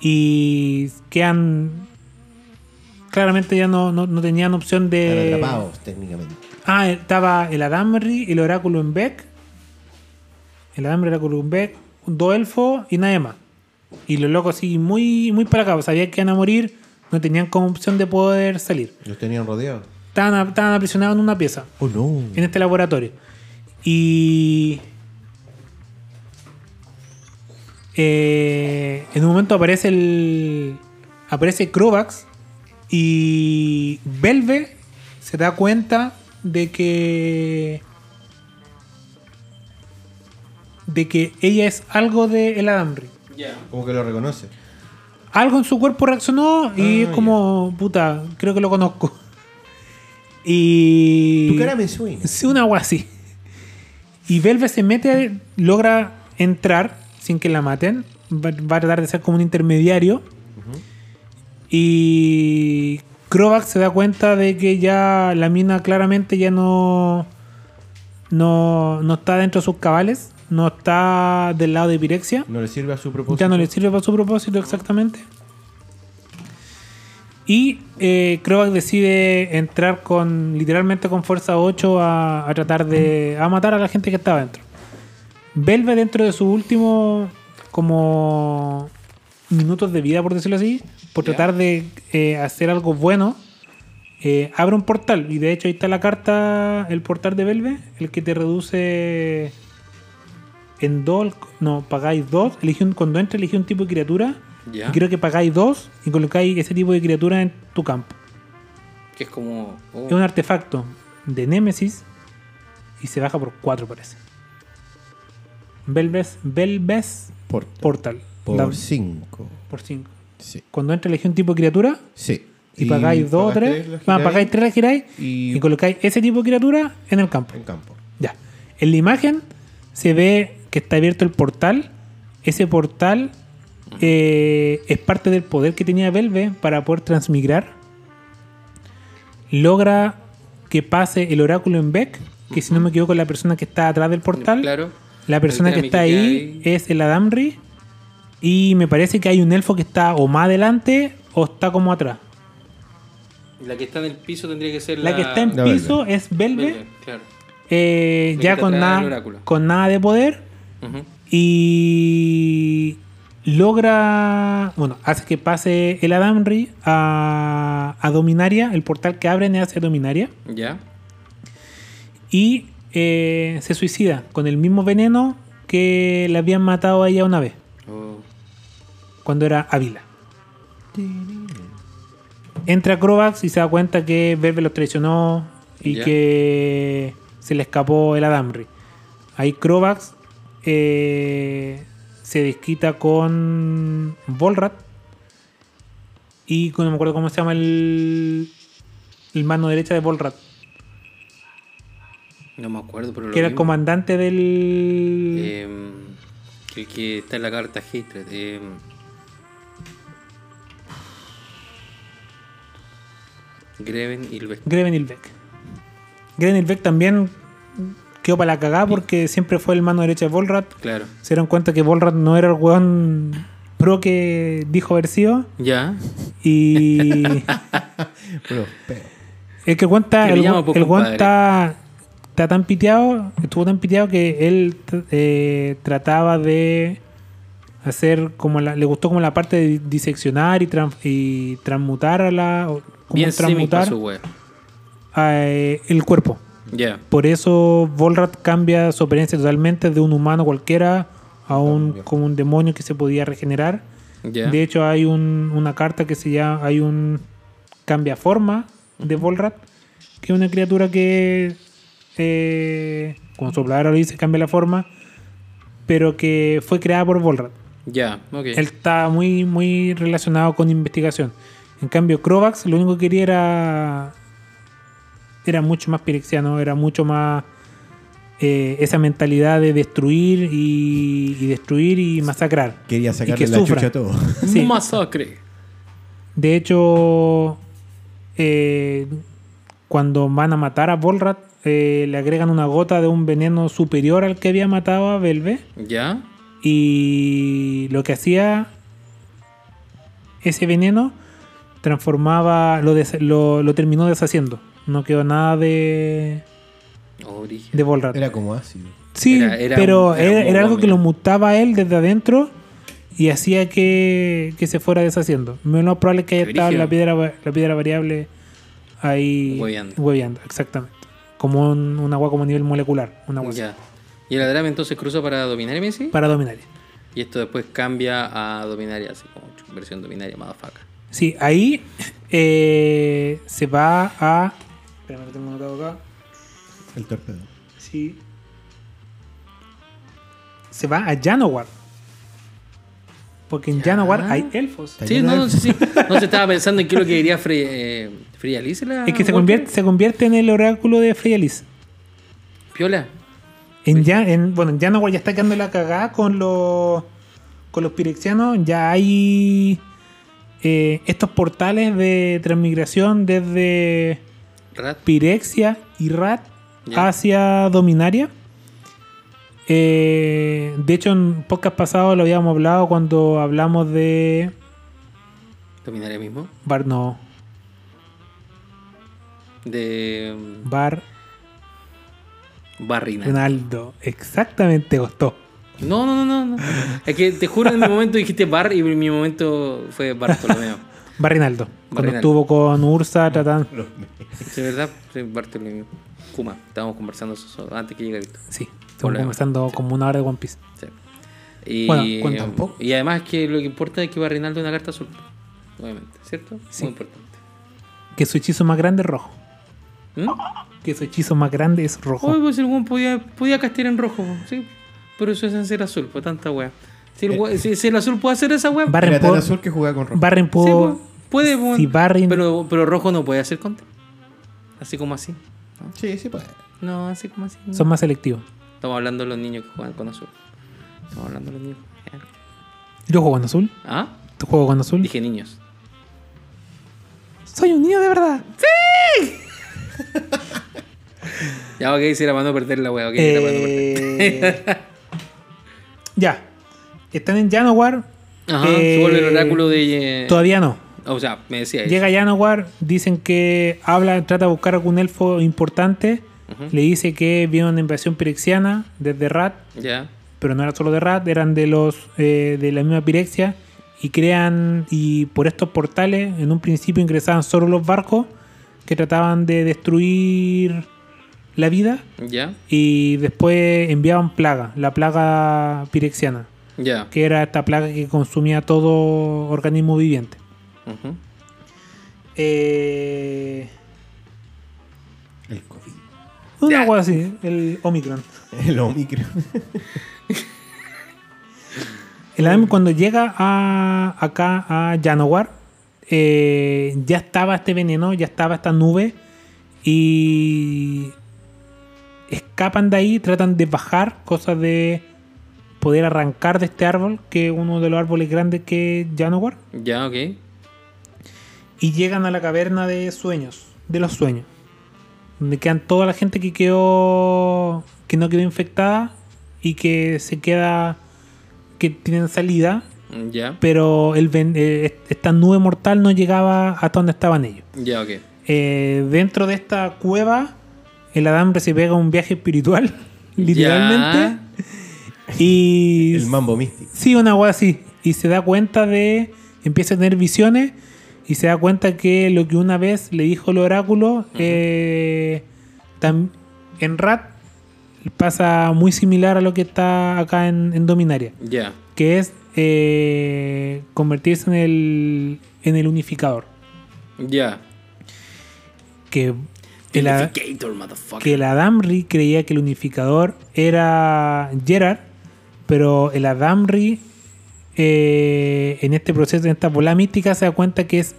y quedan... Claramente ya no, no- no tenían opción de...
Están atrapados técnicamente.
Ah, estaba el Adamri, el oráculo en Beck, el alambre de la columbe, dos elfos y nadie más. Y los locos así muy, muy para acá, pues, sabían que iban a morir, no tenían como opción de poder salir.
Los tenían rodeados.
Estaban, a- estaban aprisionados en una pieza,
Oh no.
en este laboratorio. Y... eh, en un momento aparece el... Aparece Crovax y Belve se da cuenta de que de que ella es algo de el alambre.
Ya.
Como que lo reconoce.
Algo en su cuerpo reaccionó y
Ah,
es como, puta, creo que lo conozco. Y...
Tu cara me suena.
Sí, una agua así. Y Velvet se mete, logra entrar sin que la maten. Va, va a tratar de ser como un intermediario. Y Crovax se da cuenta de que ya la mina claramente ya no, no, no está dentro de sus cabales. No está del lado de Pirexia.
No le sirve a su propósito.
Ya no le sirve para su propósito exactamente. Y eh, Crovac decide entrar con literalmente con fuerza 8 a, a tratar de a matar a la gente que estaba dentro. Velve dentro de su último como minutos de vida, por decirlo así, por tratar de eh, hacer algo bueno, eh, abre un portal. Y de hecho ahí está la carta, el portal de Velve, el que te reduce en dos, no, pagáis dos, elige un, cuando entra elige un tipo de criatura,
Ya.
y creo que pagáis dos y colocáis ese tipo de criatura en tu campo.
Que es como. oh,
Es un artefacto de Némesis y se baja por cuatro, parece. Belves, Belves
Por,
Portal. Da-
por cinco.
por cinco.
Sí.
Cuando entra elige un tipo de criatura
Sí.
y, pagáis dos o tres,
las
ah,
giráis
pagáis tres, la giráis
Y,
y colocáis ese tipo de criatura en el campo.
en campo.
Ya. En la imagen se ve que está abierto el portal. Ese portal eh, es parte del poder que tenía Velve para poder transmigrar. Logra que pase el oráculo en Beck, que si no me equivoco es la persona que está atrás del portal.
Claro.
La persona
El
que está
trámite
ahí
que hay.
es el Adamri. Y me parece que hay un elfo que está o más adelante o está como atrás.
La que está en el piso tendría que ser
La,
la.
que está en
La Velve.
piso es Velve,
Verde, Claro.
eh,
La que
ya
está
con
atrás del
nada,
oráculo.
con nada de poder.
Ujú.
Y logra, bueno, hace que pase el Adamri a, a Dominaria, el portal que abren es hacia Dominaria,
Ya.
y eh, se suicida con el mismo veneno que le habían matado a ella una vez,
Oh.
cuando era Ávila. Entra Crovax y se da cuenta que Verbe los traicionó y
Ya.
que se le escapó el Adamri. Ahí Crovax eh, se desquita con Volrat y con, no me acuerdo cómo se llama el, el mano derecha de Volrat,
No me acuerdo, pero. lo
que era el
mismo.
comandante del...
Em, el que está en la carta Hatred. em. Greven y Ilbeck.
Grevenilbeck. Grevenilbeck también quedó para la cagada porque siempre fue el mano derecha de Volrat.
Claro.
se dieron cuenta que Volrat no era el weón pro que dijo haber sido.
Ya.
Y
Pero, pero,
es que cuenta,
Que le
el,
llama,
weón-
pues,
el weón
compadre.
está, está tan piteado, estuvo tan piteado que él tr- eh, trataba de hacer como la, le gustó como la parte de diseccionar y, tran- y transmutar a la o como
Bien címico
transmutar
su wea.
a, eh, el cuerpo.
Ya.
Por eso Volrat cambia su apariencia totalmente de un humano cualquiera a un como un demonio que se podía regenerar.
Ya.
De hecho, hay un- una carta que se llama. Hay un cambia forma de Volrat, que es una criatura que. eh, como su palabra lo dice, cambia la forma, pero que fue creada por Volrat.
Ya. Ok.
Él está muy, muy relacionado con investigación. En cambio, Crovax lo único que quería era. Era mucho más pirexiano, era mucho más. eh, esa mentalidad de destruir y, y destruir y masacrar.
quería sacarle
que
la
sufra.
chucha a todo.
sí.
Masacre.
De hecho, eh, cuando van a matar a Volrat, eh, le agregan una gota de un veneno superior al que había matado a Belve.
Ya.
Y lo que hacía ese veneno transformaba, lo, des- lo, lo terminó deshaciendo. No quedó nada de,
Oh, origen.
de Volrat.
Era como ácido.
Sí,
Era- era
pero
un- era
era,
un
era algo
momia.
que lo mutaba a él desde adentro y hacía que, que se fuera deshaciendo. Lo más probable es que haya
Qué
estado la
brígido.
piedra, va- la piedra variable ahí
Hueveando.
hueveando, exactamente. Como un, un agua como a nivel molecular, una agua
Ya. Y el Adrame entonces cruza para Dominaria, me decís?
para dominar.
Y esto después cambia a Dominaria, así como chu, versión Dominaria, motherfucker.
Sí, ahí eh, se va a... Espérame, lo tengo anotado acá.
El torpedo.
Sí. Se va a Janowar. Porque en Janowar hay elfos.
Está
Sí,
lleno
no, no,
de
sí, sí. No se estaba pensando en qué es lo que diría Fre eh, Freya Liz, la
Es que se
Walker.
convierte, se convierte en el oráculo de Freya Liz.
Piola.
En ya, en, bueno, en Janowar ya está quedando la cagada con los con los pirexianos. Ya hay eh, estos portales de transmigración desde
Rat.
Pirexia y Rat
Ya.
hacia Dominaria. Eh, de hecho, en podcast pasado lo habíamos hablado cuando hablamos de.
Dominaria mismo.
Bar, no.
De mm,
Bar
Barrina.
Ronaldo. Exactamente, costó.
No, no, no, no. no. Es que te juro, en mi momento dijiste Bar y mi momento fue Bartolomeo.
Barrinaldo. Cuando
Rinaldo.
estuvo con Ursa tratando.
De verdad, sí, Bartolomeo. Kuma, estábamos conversando eso antes que llegara Víctor.
Sí, estuvimos
Problema.
conversando como una hora de One Piece.
Sí. Y, eh,
Bueno, cuenta un poco.
y además que lo que importa es que va Reinaldo una carta azul. Obviamente, ¿cierto?
Sí.
Muy importante.
Que su hechizo más grande es rojo.
¿Mm?
Que su hechizo más grande es rojo.
Oye, pues el weón podía, podía castear en rojo, sí. Pero eso es en ser azul, pues tanta wea. Si el,
Eh.
wea- si- si el azul puede hacer esa wea,
Barren
Era tan
pudo.
azul que jugaba con rojo.
Barren
sí,
pudo-
pues, puede, pues,
si Barrin-
pero, pero rojo no puede hacer contra. Así como así.
Sí, sí, pues.
No, así como así. no.
son más selectivos.
Estamos hablando de los niños que juegan con azul. Estamos hablando de los niños. que juegan.
Yo juego con azul.
¿Ah?
Tú juego con azul.
Dije niños.
Soy un niño de verdad.
Ya, ok, si era para no perder la wea, ok. era para no perder.
Eh, ya. Están en Janowar.
Ajá,
Eh,
se vuelve el oráculo de. eh,
Todavía no.
O sea, me decía eso.
Llega Janowar, dicen que habla, trata de buscar algún elfo importante.
Ujú.
Le dice que vino una invasión pirexiana desde Rat,
Ya.
pero no era solo de Rat, eran de los eh, de la misma Pirexia y crean y por estos portales en un principio ingresaban solo los barcos que trataban de destruir la vida
Ya.
y después enviaban plaga, la plaga pirexiana,
Ya.
que era esta plaga que consumía todo organismo viviente.
Ujú.
Eh,
El COVID.
una cosa así, el Omicron.
El Omicron.
El Adam cuando llega a, acá a Janowar, eh, ya estaba este veneno, ya estaba esta nube y escapan de ahí, tratan de bajar, cosa de poder arrancar de este árbol, que es uno de los árboles grandes que es Janowar,
Ya, ok.
y llegan a la caverna de sueños, de los sueños, donde quedan toda la gente que quedó, que no quedó infectada y que se queda, que tienen salida
Ya.
pero el ven- eh, esta nube mortal no llegaba hasta donde estaban ellos.
Ya, ok.
Eh, dentro de esta cueva, el Adambre se pega un viaje espiritual, literalmente. Y
El mambo místico.
sí, una agua así. Y se da cuenta de. Empieza a tener visiones. Y se da cuenta que lo que una vez le dijo el oráculo. eh, tam- en Rat pasa muy similar a lo que está acá en, en Dominaria
Ya.
que es eh, convertirse en el, en el unificador.
Ya.
Que el, a-
Identificator, motherfucker.
que el Adamri creía que el unificador era Gerard, pero el Adamri eh, en este proceso, en esta bola mística, se da cuenta que, es,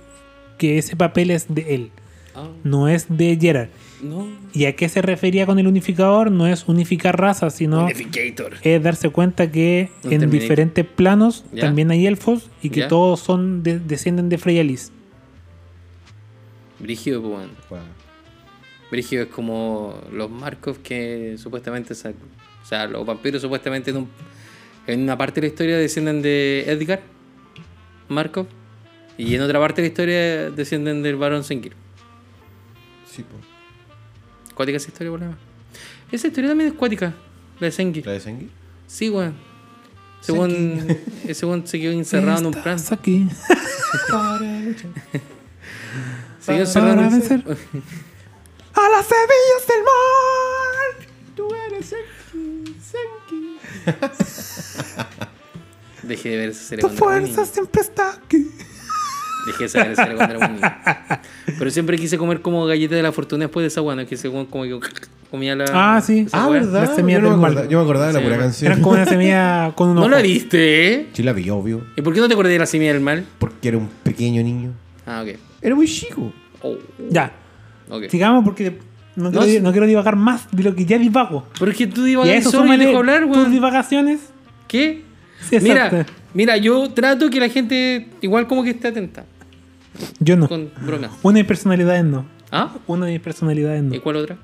que ese papel es de él,
Ah,
no es de Gerard.
no.
¿Y a qué se refería con el unificador? No es unificar razas, sino
Identificator.
es darse cuenta que
Un
en
Terminator.
diferentes planos
Ya.
también hay elfos y que
Ya.
todos son de- descienden de Freya Lis.
Brígido, pues, bueno. Brígido es como los Markov que supuestamente sac- O sea, los vampiros supuestamente en, un- en una parte de la historia descienden de Edgar Markov. Y en otra parte de la historia descienden del Barón Senkiro.
Sí, pues.
¿Cuál es esa historia, problema? Esa historia también es cuática, la de Sengi.
¿La de Sengi?
Sí, weón. Según, eh, según se quedó encerrado en un plan.
Estás aquí
Se quedó encerrado en
para
un
vencer.
¡A las semillas del mar! Tú eres Senki, Senki.
Dejé de ver esa serie
Tu
cuando era un niño.
fuerza siempre está aquí.
Dejé de saber esa serie cuando era un niño. Pero siempre quise comer como galleta de la fortuna después de esa guana, que según como que comía la.
Ah, sí.
esa
Ah,
weá.
¿verdad?
Las
Yo,
semillas
no me
del mal.
acordaba, yo me acordaba de la
Sí,
pura
bueno.
Eran
canción.
como una semilla con un
No
ojo.
la viste, ¿eh?
Sí, la vi, obvio.
¿Y por qué no te acordé de la semilla del mal?
Porque era un pequeño niño.
Ah, ok.
Era muy chico.
Oh,
Ya.
ok.
Sigamos porque no quiero,
No,
di-
sí.
no quiero divagar más de lo que ya divago.
Pero es que tú
Y a
divagas
eso
solo y
súmale
dejo hablar,
tus
weón.
divagaciones.
¿Qué?
Sí,
Mira,
exacto.
mira, yo trato que la gente igual como que esté atenta.
Yo no.
Con bromas.
Una de mis personalidades no.
¿Ah?
Una de mis personalidades no.
¿Y cuál otra?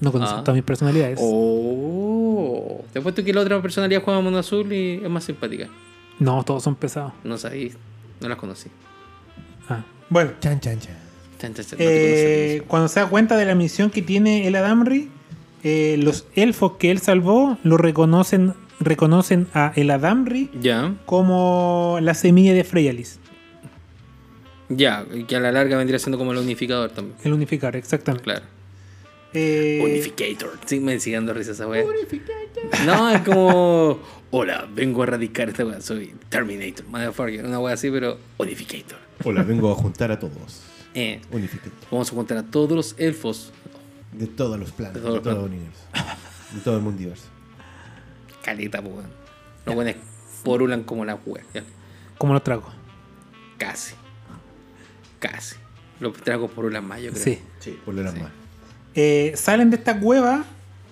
No conozco
Ah.
todas mis personalidades.
Oh. Te apuesto que la otra personalidad juega a Mundo Azul y es más simpática.
No, todos son pesados.
No sabí, no las conocí.
Ah. Bueno,
Chan, chan, chan.
Chan, chan, chan, no te
eh,
conocí.
cuando se da cuenta de la misión que tiene el Adamri, eh, los elfos que él salvó lo reconocen, reconocen a el Adamri
Ya,
como la semilla de Freyalis,
ya, y que a la larga vendría siendo como el unificador también.
el unificar, exactamente.
Claro.
Eh,
Unificator. Sí, me sigue dando risa esa wea. No, es como. Hola, vengo a erradicar esta wea. Soy Terminator, motherfucker. Una wea así, pero Unificator.
Hola, vengo a juntar a todos.
Eh,
Unificado.
vamos a juntar a todos los elfos.
De todos los planos,
De
de
todos
todo,
los
el universo. De todo el mundo diverso.
Caleta, po, weón. Los buenos porulan como la wea. ya.
como lo trago.
Casi. Casi. Los tragos porulan más, yo creo.
Sí.
Sí, por lo demás.
Eh, salen de esta cueva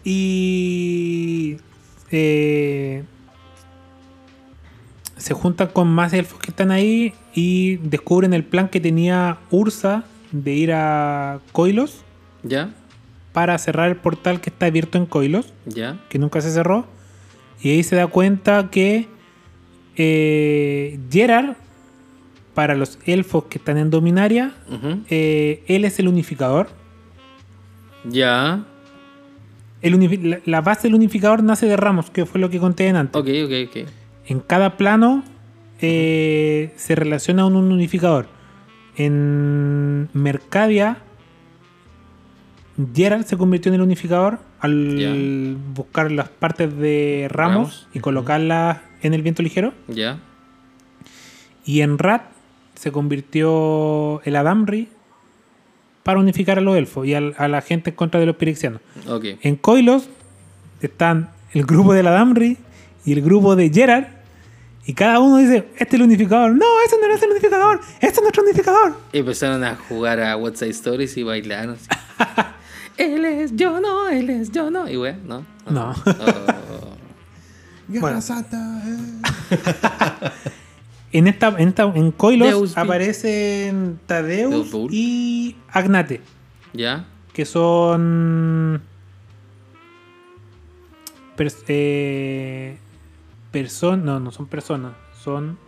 y eh, se juntan con más elfos que están ahí y descubren el plan que tenía Ursa de ir a Coilos
Ya,
para cerrar el portal que está abierto en Coilos,
ya.
que nunca se cerró. Y ahí se da cuenta que eh, Gerard, para los elfos que están en Dominaria,
Ujú.
eh, él es el unificador.
Ya.
El unifi- la, la base del unificador nace de ramos, que fue lo que conté en antes.
Ok, ok, ok.
En cada plano eh, se relaciona un, un unificador. En Mercadia, Geralt se convirtió en el unificador al
Ya.
buscar las partes de ramos,
Ramos.
y colocarlas en el viento ligero.
Ya.
Y en Rat se convirtió el Adamri para unificar a los elfos y al- a la gente en contra de los pirexianos.
Ok.
En Coilos están el grupo de la Damri y el grupo de Gerard. Y cada uno dice, este es el unificador. No, ese no es el unificador. Este es nuestro unificador.
Empezaron a jugar a WhatsApp Stories y bailaron. así. él es yo no, él es yo no. Y wea, no.
No.
Oh.
Guerra
Bueno.
Santa. eh.
En, esta, en, esta- en Coilos
Deus Vix.
aparecen Tadeus
Deus Vult.
y Agnate,
¿Ya?
que son pers- eh, personas, no, no son personas, son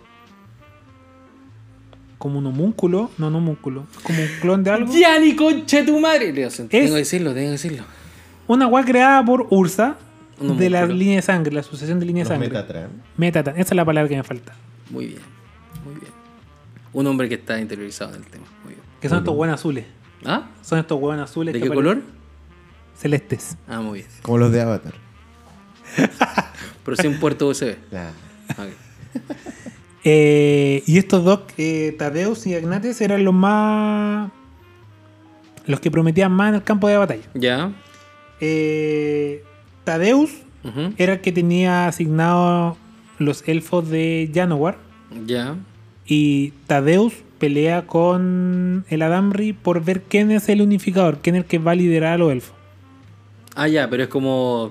como un homúnculo, no, no homúnculo, como un clon de algo.
¡Ya ni conche tu madre! Leo, tengo que decirlo, tengo que decirlo.
Una weá creada por Ursa
Un
de la
homúnculo.
línea de sangre, la sucesión de líneas
Los
de sangre.
Metatran.
Metatran, esa es la palabra que me falta.
Muy bien, muy bien. Un hombre que está interiorizado en el tema. Muy bien.
Que son estos hueones azules.
¿Ah?
Son estos hueones azules.
¿De
que
qué
parecen
color?
Celestes.
Ah, muy bien.
Como los de Avatar.
Pero sin puerto USB.
La-
Ok.
Eh, y estos dos, eh, Tadeus y Agnates, eran los más. los que prometían más en el campo de batalla.
¿Ya?
Eh, Tadeus
Ujú.
era el que tenía asignado los elfos de Janowar.
¿Ya?
Y Tadeus pelea con el Adamri por ver quién es el unificador, quién es el que va a liderar a los elfos.
Ah, ya, pero es como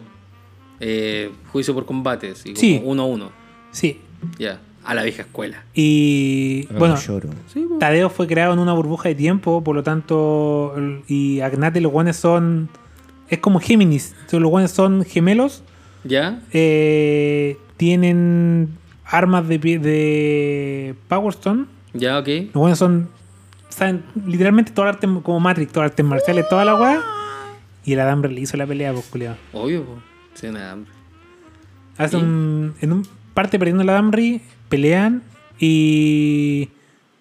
eh, juicio por combates. Y como
Sí.
Uno a uno.
Sí.
Ya. A la vieja escuela.
Y bueno,
lloro.
Sí, po.
Tadeo fue creado en una burbuja de tiempo, por lo tanto, el- y Agnate y los guanes son. Es como Géminis. Entonces, Los guanes son gemelos,
¿Ya?
eh, tienen armas de, pie- de Power Stone.
¿Ya? Ok.
Los guanes son. Saben literalmente todo el arte como Matrix, todo el arte marciales, toda la weá. Y el alambre le hizo la pelea, pues, culiado.
Obvio, po. Sí, nada, hambre.
Hace
¿Y?
un- en un parte perdiendo la Damri, pelean y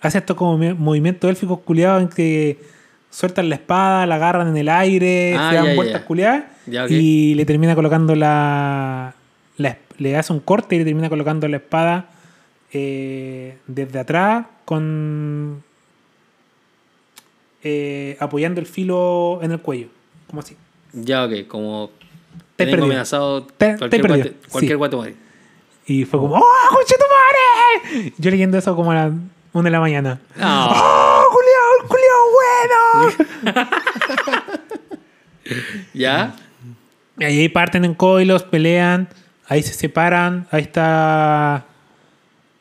hace estos como me- movimientos élficos culiados en que sueltan la espada, la agarran en el aire,
Ah,
se dan
ya,
vueltas
ya.
culiadas
Ya, ok.
y le termina colocando la, la es- le hace un corte y le termina colocando la espada eh, desde atrás con eh, apoyando el filo en el cuello, como así.
Ya, ok, como.
Te
Te
perdido.
tengo amenazado
Te- te
cualquier,
perdido,
guate, cualquier
sí.
guate muere.
Y fue como, ¡Oh, conchetumare! Yo leyendo eso como a la una de la mañana.
Ah,
¡Oh, Julio, Julio, bueno!
¿Ya?
Y ahí parten en coilos, pelean, ahí se separan, ahí está.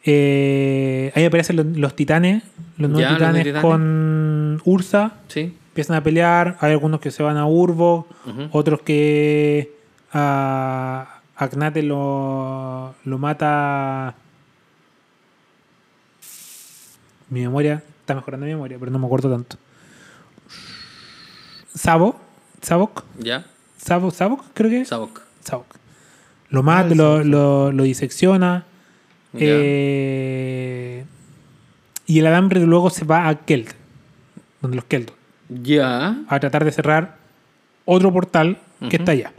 eh, ahí aparecen los, los titanes, los nuevos
Ya, los nuevos
titanes,
titanes.
con Ursa.
Sí.
Empiezan a pelear, hay algunos que se van a Urbo,
Ujú.
otros que a Agnate lo, lo mata. Mi memoria está mejorando mi memoria, pero no me acuerdo tanto. Sabo, Sabok,
¿Ya?
Sabo, Sabok, creo que es.
Sabok.
Sabok. Lo mata, lo, lo- lo disecciona.
Ah, Ya.
eh, y el alambre luego se va a Keld, donde los Keldon
Ya.
a tratar de cerrar otro portal que
Ujú.
está allá.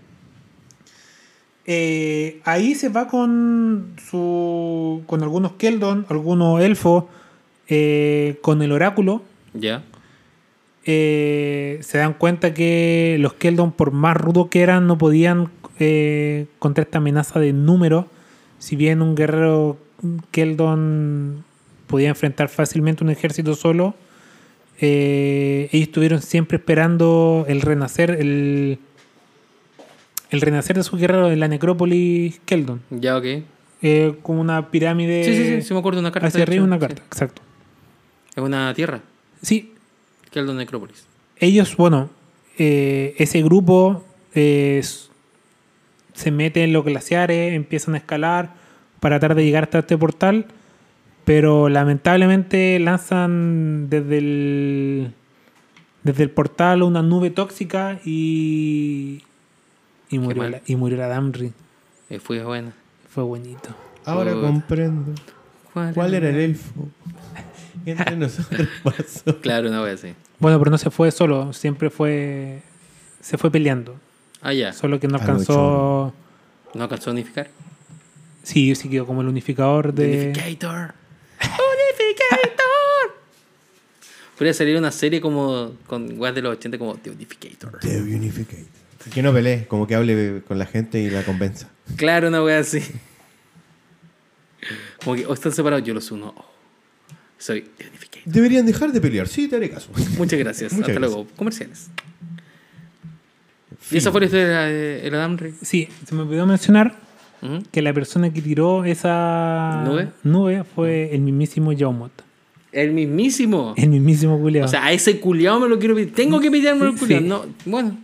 Eh, ahí se va con su con algunos Keldon, algunos elfos, eh, con el oráculo.
Ya.
eh, se dan cuenta que los Keldon, por más rudos que eran, no podían eh, contra esta amenaza de número. Si bien un guerrero Keldon podía enfrentar fácilmente un ejército solo, eh, ellos estuvieron siempre esperando el renacer, el, el renacer de sus guerreros en la necrópolis Keldon,
Ya, ok.
eh, como una pirámide
sí, sí, sí, sí, me acuerdo de una carta.
Eh, hacia
de
arriba,
hecho.
una
Sí.
carta, exacto.
Es una tierra,
Sí,
que es la necrópolis.
ellos, bueno, eh, ese grupo eh, s- se mete en los glaciares, empiezan a escalar para tratar de llegar hasta este portal, pero lamentablemente lanzan desde el, desde el portal una nube tóxica y, y, murió,
mal.
la, y murió la Damri.
Eh, fue buena.
Fue bonito.
Ahora
Puta.
comprendo. ¿Cuál era el elfo? que Entre nosotros pasó.
Claro, una vez así.
Bueno, pero no se fue solo, siempre fue... Se fue peleando,
Ah, ya.
solo que no
Ah, lo
alcanzó...
¿No alcanzó a unificar?
Sí, sí quedó como el unificador de...
Unificator. Unificator. Podría salir una serie como con guas de los 80 como The Unificator.
The Unificate. Que no pelee, como que hable con la gente y la convenza.
Claro, una wea así. Como que o están separados, yo los uno. Oh, Soy The Unificator.
Deberían dejar de pelear, sí, te haré caso.
Muchas gracias.
Muchas
Hasta
gracias.
luego. Comerciales. Y esa fue la historia de eh, el Adam Rey.
Sí, se me olvidó mencionar
Ujú.
que la persona que tiró esa
¿Nube?
fue el mismísimo Yaumot.
El mismísimo.
El mismísimo culiao.
O sea, a ese culiao me lo quiero pedir. Tengo que pelearme al
Sí,
culiao.
sí.
No, bueno.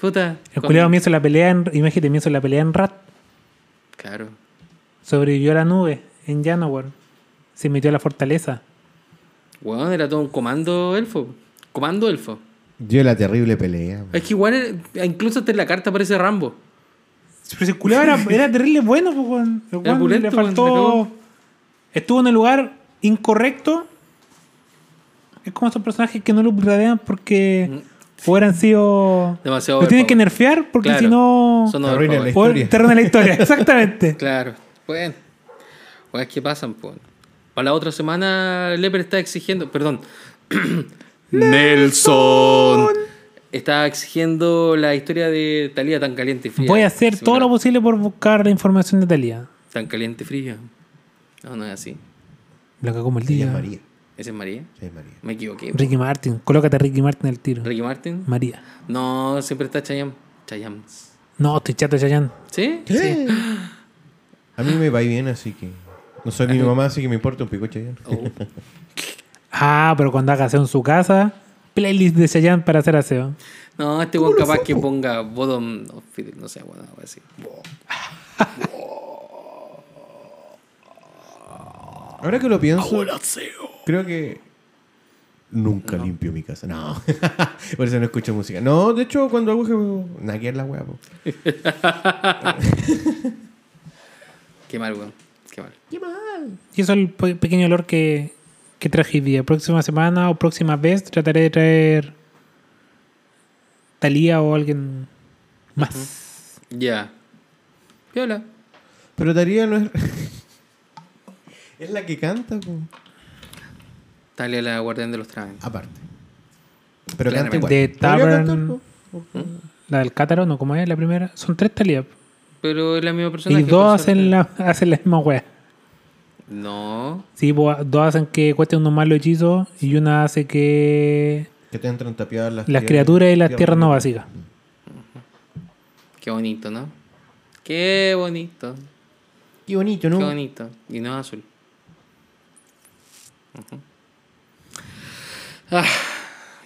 Puta.
el
Cuando-
culiao me hizo la pelea, en, imagínate, me hizo la pelea en Rat.
Claro.
Sobrevivió a la nube en Janowar. Se metió a la fortaleza.
Bueno, era todo un comando elfo. Comando elfo.
Dio la terrible pelea.
Es que igual, era- incluso hasta en la carta aparece Rambo.
Pero ese culiao era, era terrible bueno, pues, weón. El
Era
weón
pulento,
le
weón,
faltó.
le cagó.
Estuvo en el lugar incorrecto. Es como esos personajes que no lo upgradean porque hubieran sido.
Mm. Demasiado
Lo tienen que
overpowered.
nerfear porque
Claro.
si no.
Son
Te arruina
overpowered.
O
la historia.
te arruina la historia, exactamente.
Claro. Bueno. Pues es que pasan, pues. Para la otra semana, Leper está exigiendo. Perdón. Nelson. Está exigiendo la historia de Talía tan caliente y fría.
Voy a hacer
Sí,
todo
claro.
lo posible por buscar la información de Talía.
Tan caliente y fría. No, no es así.
Blanca como el
Ella
día.
es María.
¿Esa es María?
Ella es María.
Me equivoqué.
Ricky Martin, colócate a Ricky Martin el tiro.
Ricky Martin.
María.
No, siempre está Chayam. Chayam.
No, estoy chato, Chayanne.
¿Sí?
Sí. A mí me va bien, así que. No soy ni mi mamá, así que me importa un picoche ya.
Oh.
Ah, pero cuando haga aseo en su casa, playlist de Chayanne para hacer aseo.
No, este weón capaz que ponga Bodom. of Fidel, No sé, bueno, algo así.
Ahora que lo pienso, creo que Nunca
No.
limpio mi casa. No. Por eso no escucho música. No, de hecho, cuando hago que. Naguear la weá, po.
Qué mal, weón. Qué mal.
Y eso es el pe- pequeño olor que, que traje hoy día. Próxima semana o próxima vez trataré de traer Talía o alguien más.
Ya. Piola.
Pero Daría no es. es la que canta, po.
Dale a la guardián de los trajes.
Aparte. Pero
Claramente.
canta igual.
De
Podría
Tavern-
cantar, po.
La del Cátaro, ¿no? ¿Cómo es la primera? Son tres Talías.
Pero es la misma persona.
Y dos hacen la, hacen la misma wea.
No.
Sí, po, dos hacen que cueste unos malos hechizos y una hace que
Que te entran tapiadas
las
las, tierras-
criaturas y las tierras no básicas.
Qué bonito, ¿no? Qué bonito.
Qué bonito, ¿no?
Qué bonito. Y no es azul. Ujú. Ah,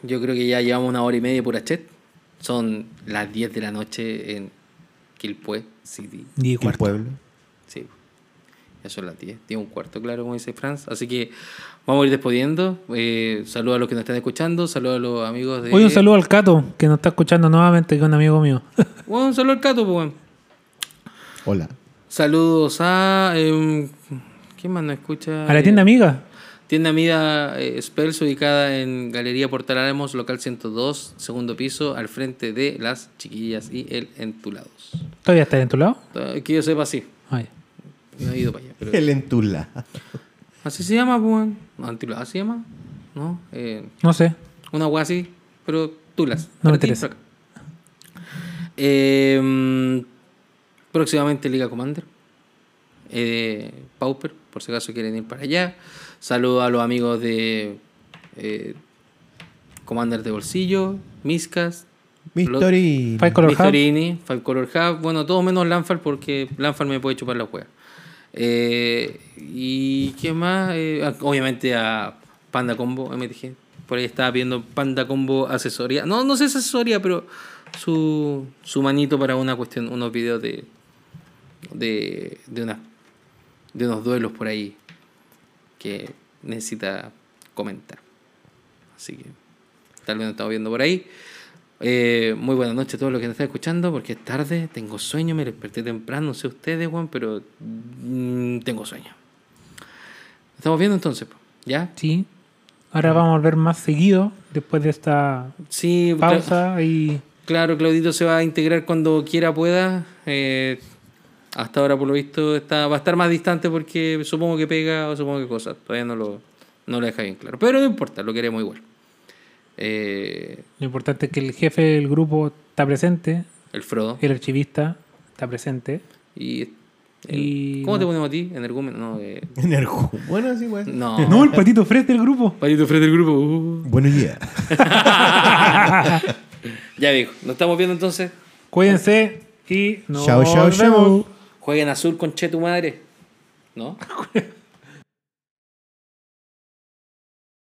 yo creo que ya llevamos una hora y media pura chat. Son las 10 de la noche en Quilpue City.
Y
Qué
cuarto.
pueblo.
Sí. Ya son las 10. Tiene un cuarto, claro, como dice Franz. Así que vamos a ir despidiendo. Eh, saludos a los que nos están escuchando. Saludos a los amigos de.
Oye, un saludo al Cato, que nos está escuchando nuevamente, que es un amigo mío.
Bueno, un saludo al Cato, pues, bueno.
Hola.
Saludos a. em, ¿Quién más nos escucha?
A la
Eh,
tienda amiga.
Tienda Mida eh, Spells, ubicada en Galería Portal Álamos, local 102, segundo piso, al frente de las chiquillas y el Entulados.
¿Todavía está en tu lado?
Eh, Que yo sepa, sí.
Ay.
No he ido para allá. pero-
El entula.
Así se llama, pues. No, Entulados se llama. ¿No? Eh,
No sé.
Una hueá así, pero tulas.
No me
Para ti,
interesa.
para acá. Eh, próximamente Liga Commander. Eh, Pauper, por si acaso quieren ir para allá. Saludo a los amigos de eh, Commander de Bolsillo, Miscas,
Mystery.
Five Color Hub.
Victorini, Five Color Hub. Bueno, todos menos Lanfal porque Lanfal me puede chupar la hueá. Eh, ¿Y qué más? Eh, ah, obviamente a Panda Combo, MTG. Por ahí estaba viendo Panda Combo asesoría. No, no sé si asesoría, pero su, su manito para una cuestión, unos videos de, de, de, una, de unos duelos por ahí que necesita comentar. Así que tal vez nos estamos viendo por ahí. Eh, muy buenas noches a todos los que nos están escuchando, porque es tarde, tengo sueño, me desperté temprano, no sé ustedes, Juan, pero mm, tengo sueño. Nos Estamos viendo entonces, po, ¿ya?
Sí. Ahora vamos a volver más seguido después de esta
Sí, cla-
pausa y
claro, Claudito se va a integrar cuando quiera pueda. Eh, hasta ahora, por lo visto, está, va a estar más distante porque supongo que pega o supongo que cosa. Todavía no lo, no lo deja bien claro. Pero no importa, lo queremos igual. Eh,
lo importante es que el jefe del grupo está presente,
el Frodo.
el archivista está presente.
Y,
Y-
¿Cómo te ponemos a ti? Energúmeno. No, eh,
Energú. Bueno, sí, güey.
no.
No, el patito Fred del grupo.
Patito Fred del grupo. uh.
Buenos días.
Ya dijo, nos estamos viendo entonces.
Cuídense y nos
Chao, chao,
vemos.
chao.
Jueguen azul con Che tu madre. ¿No?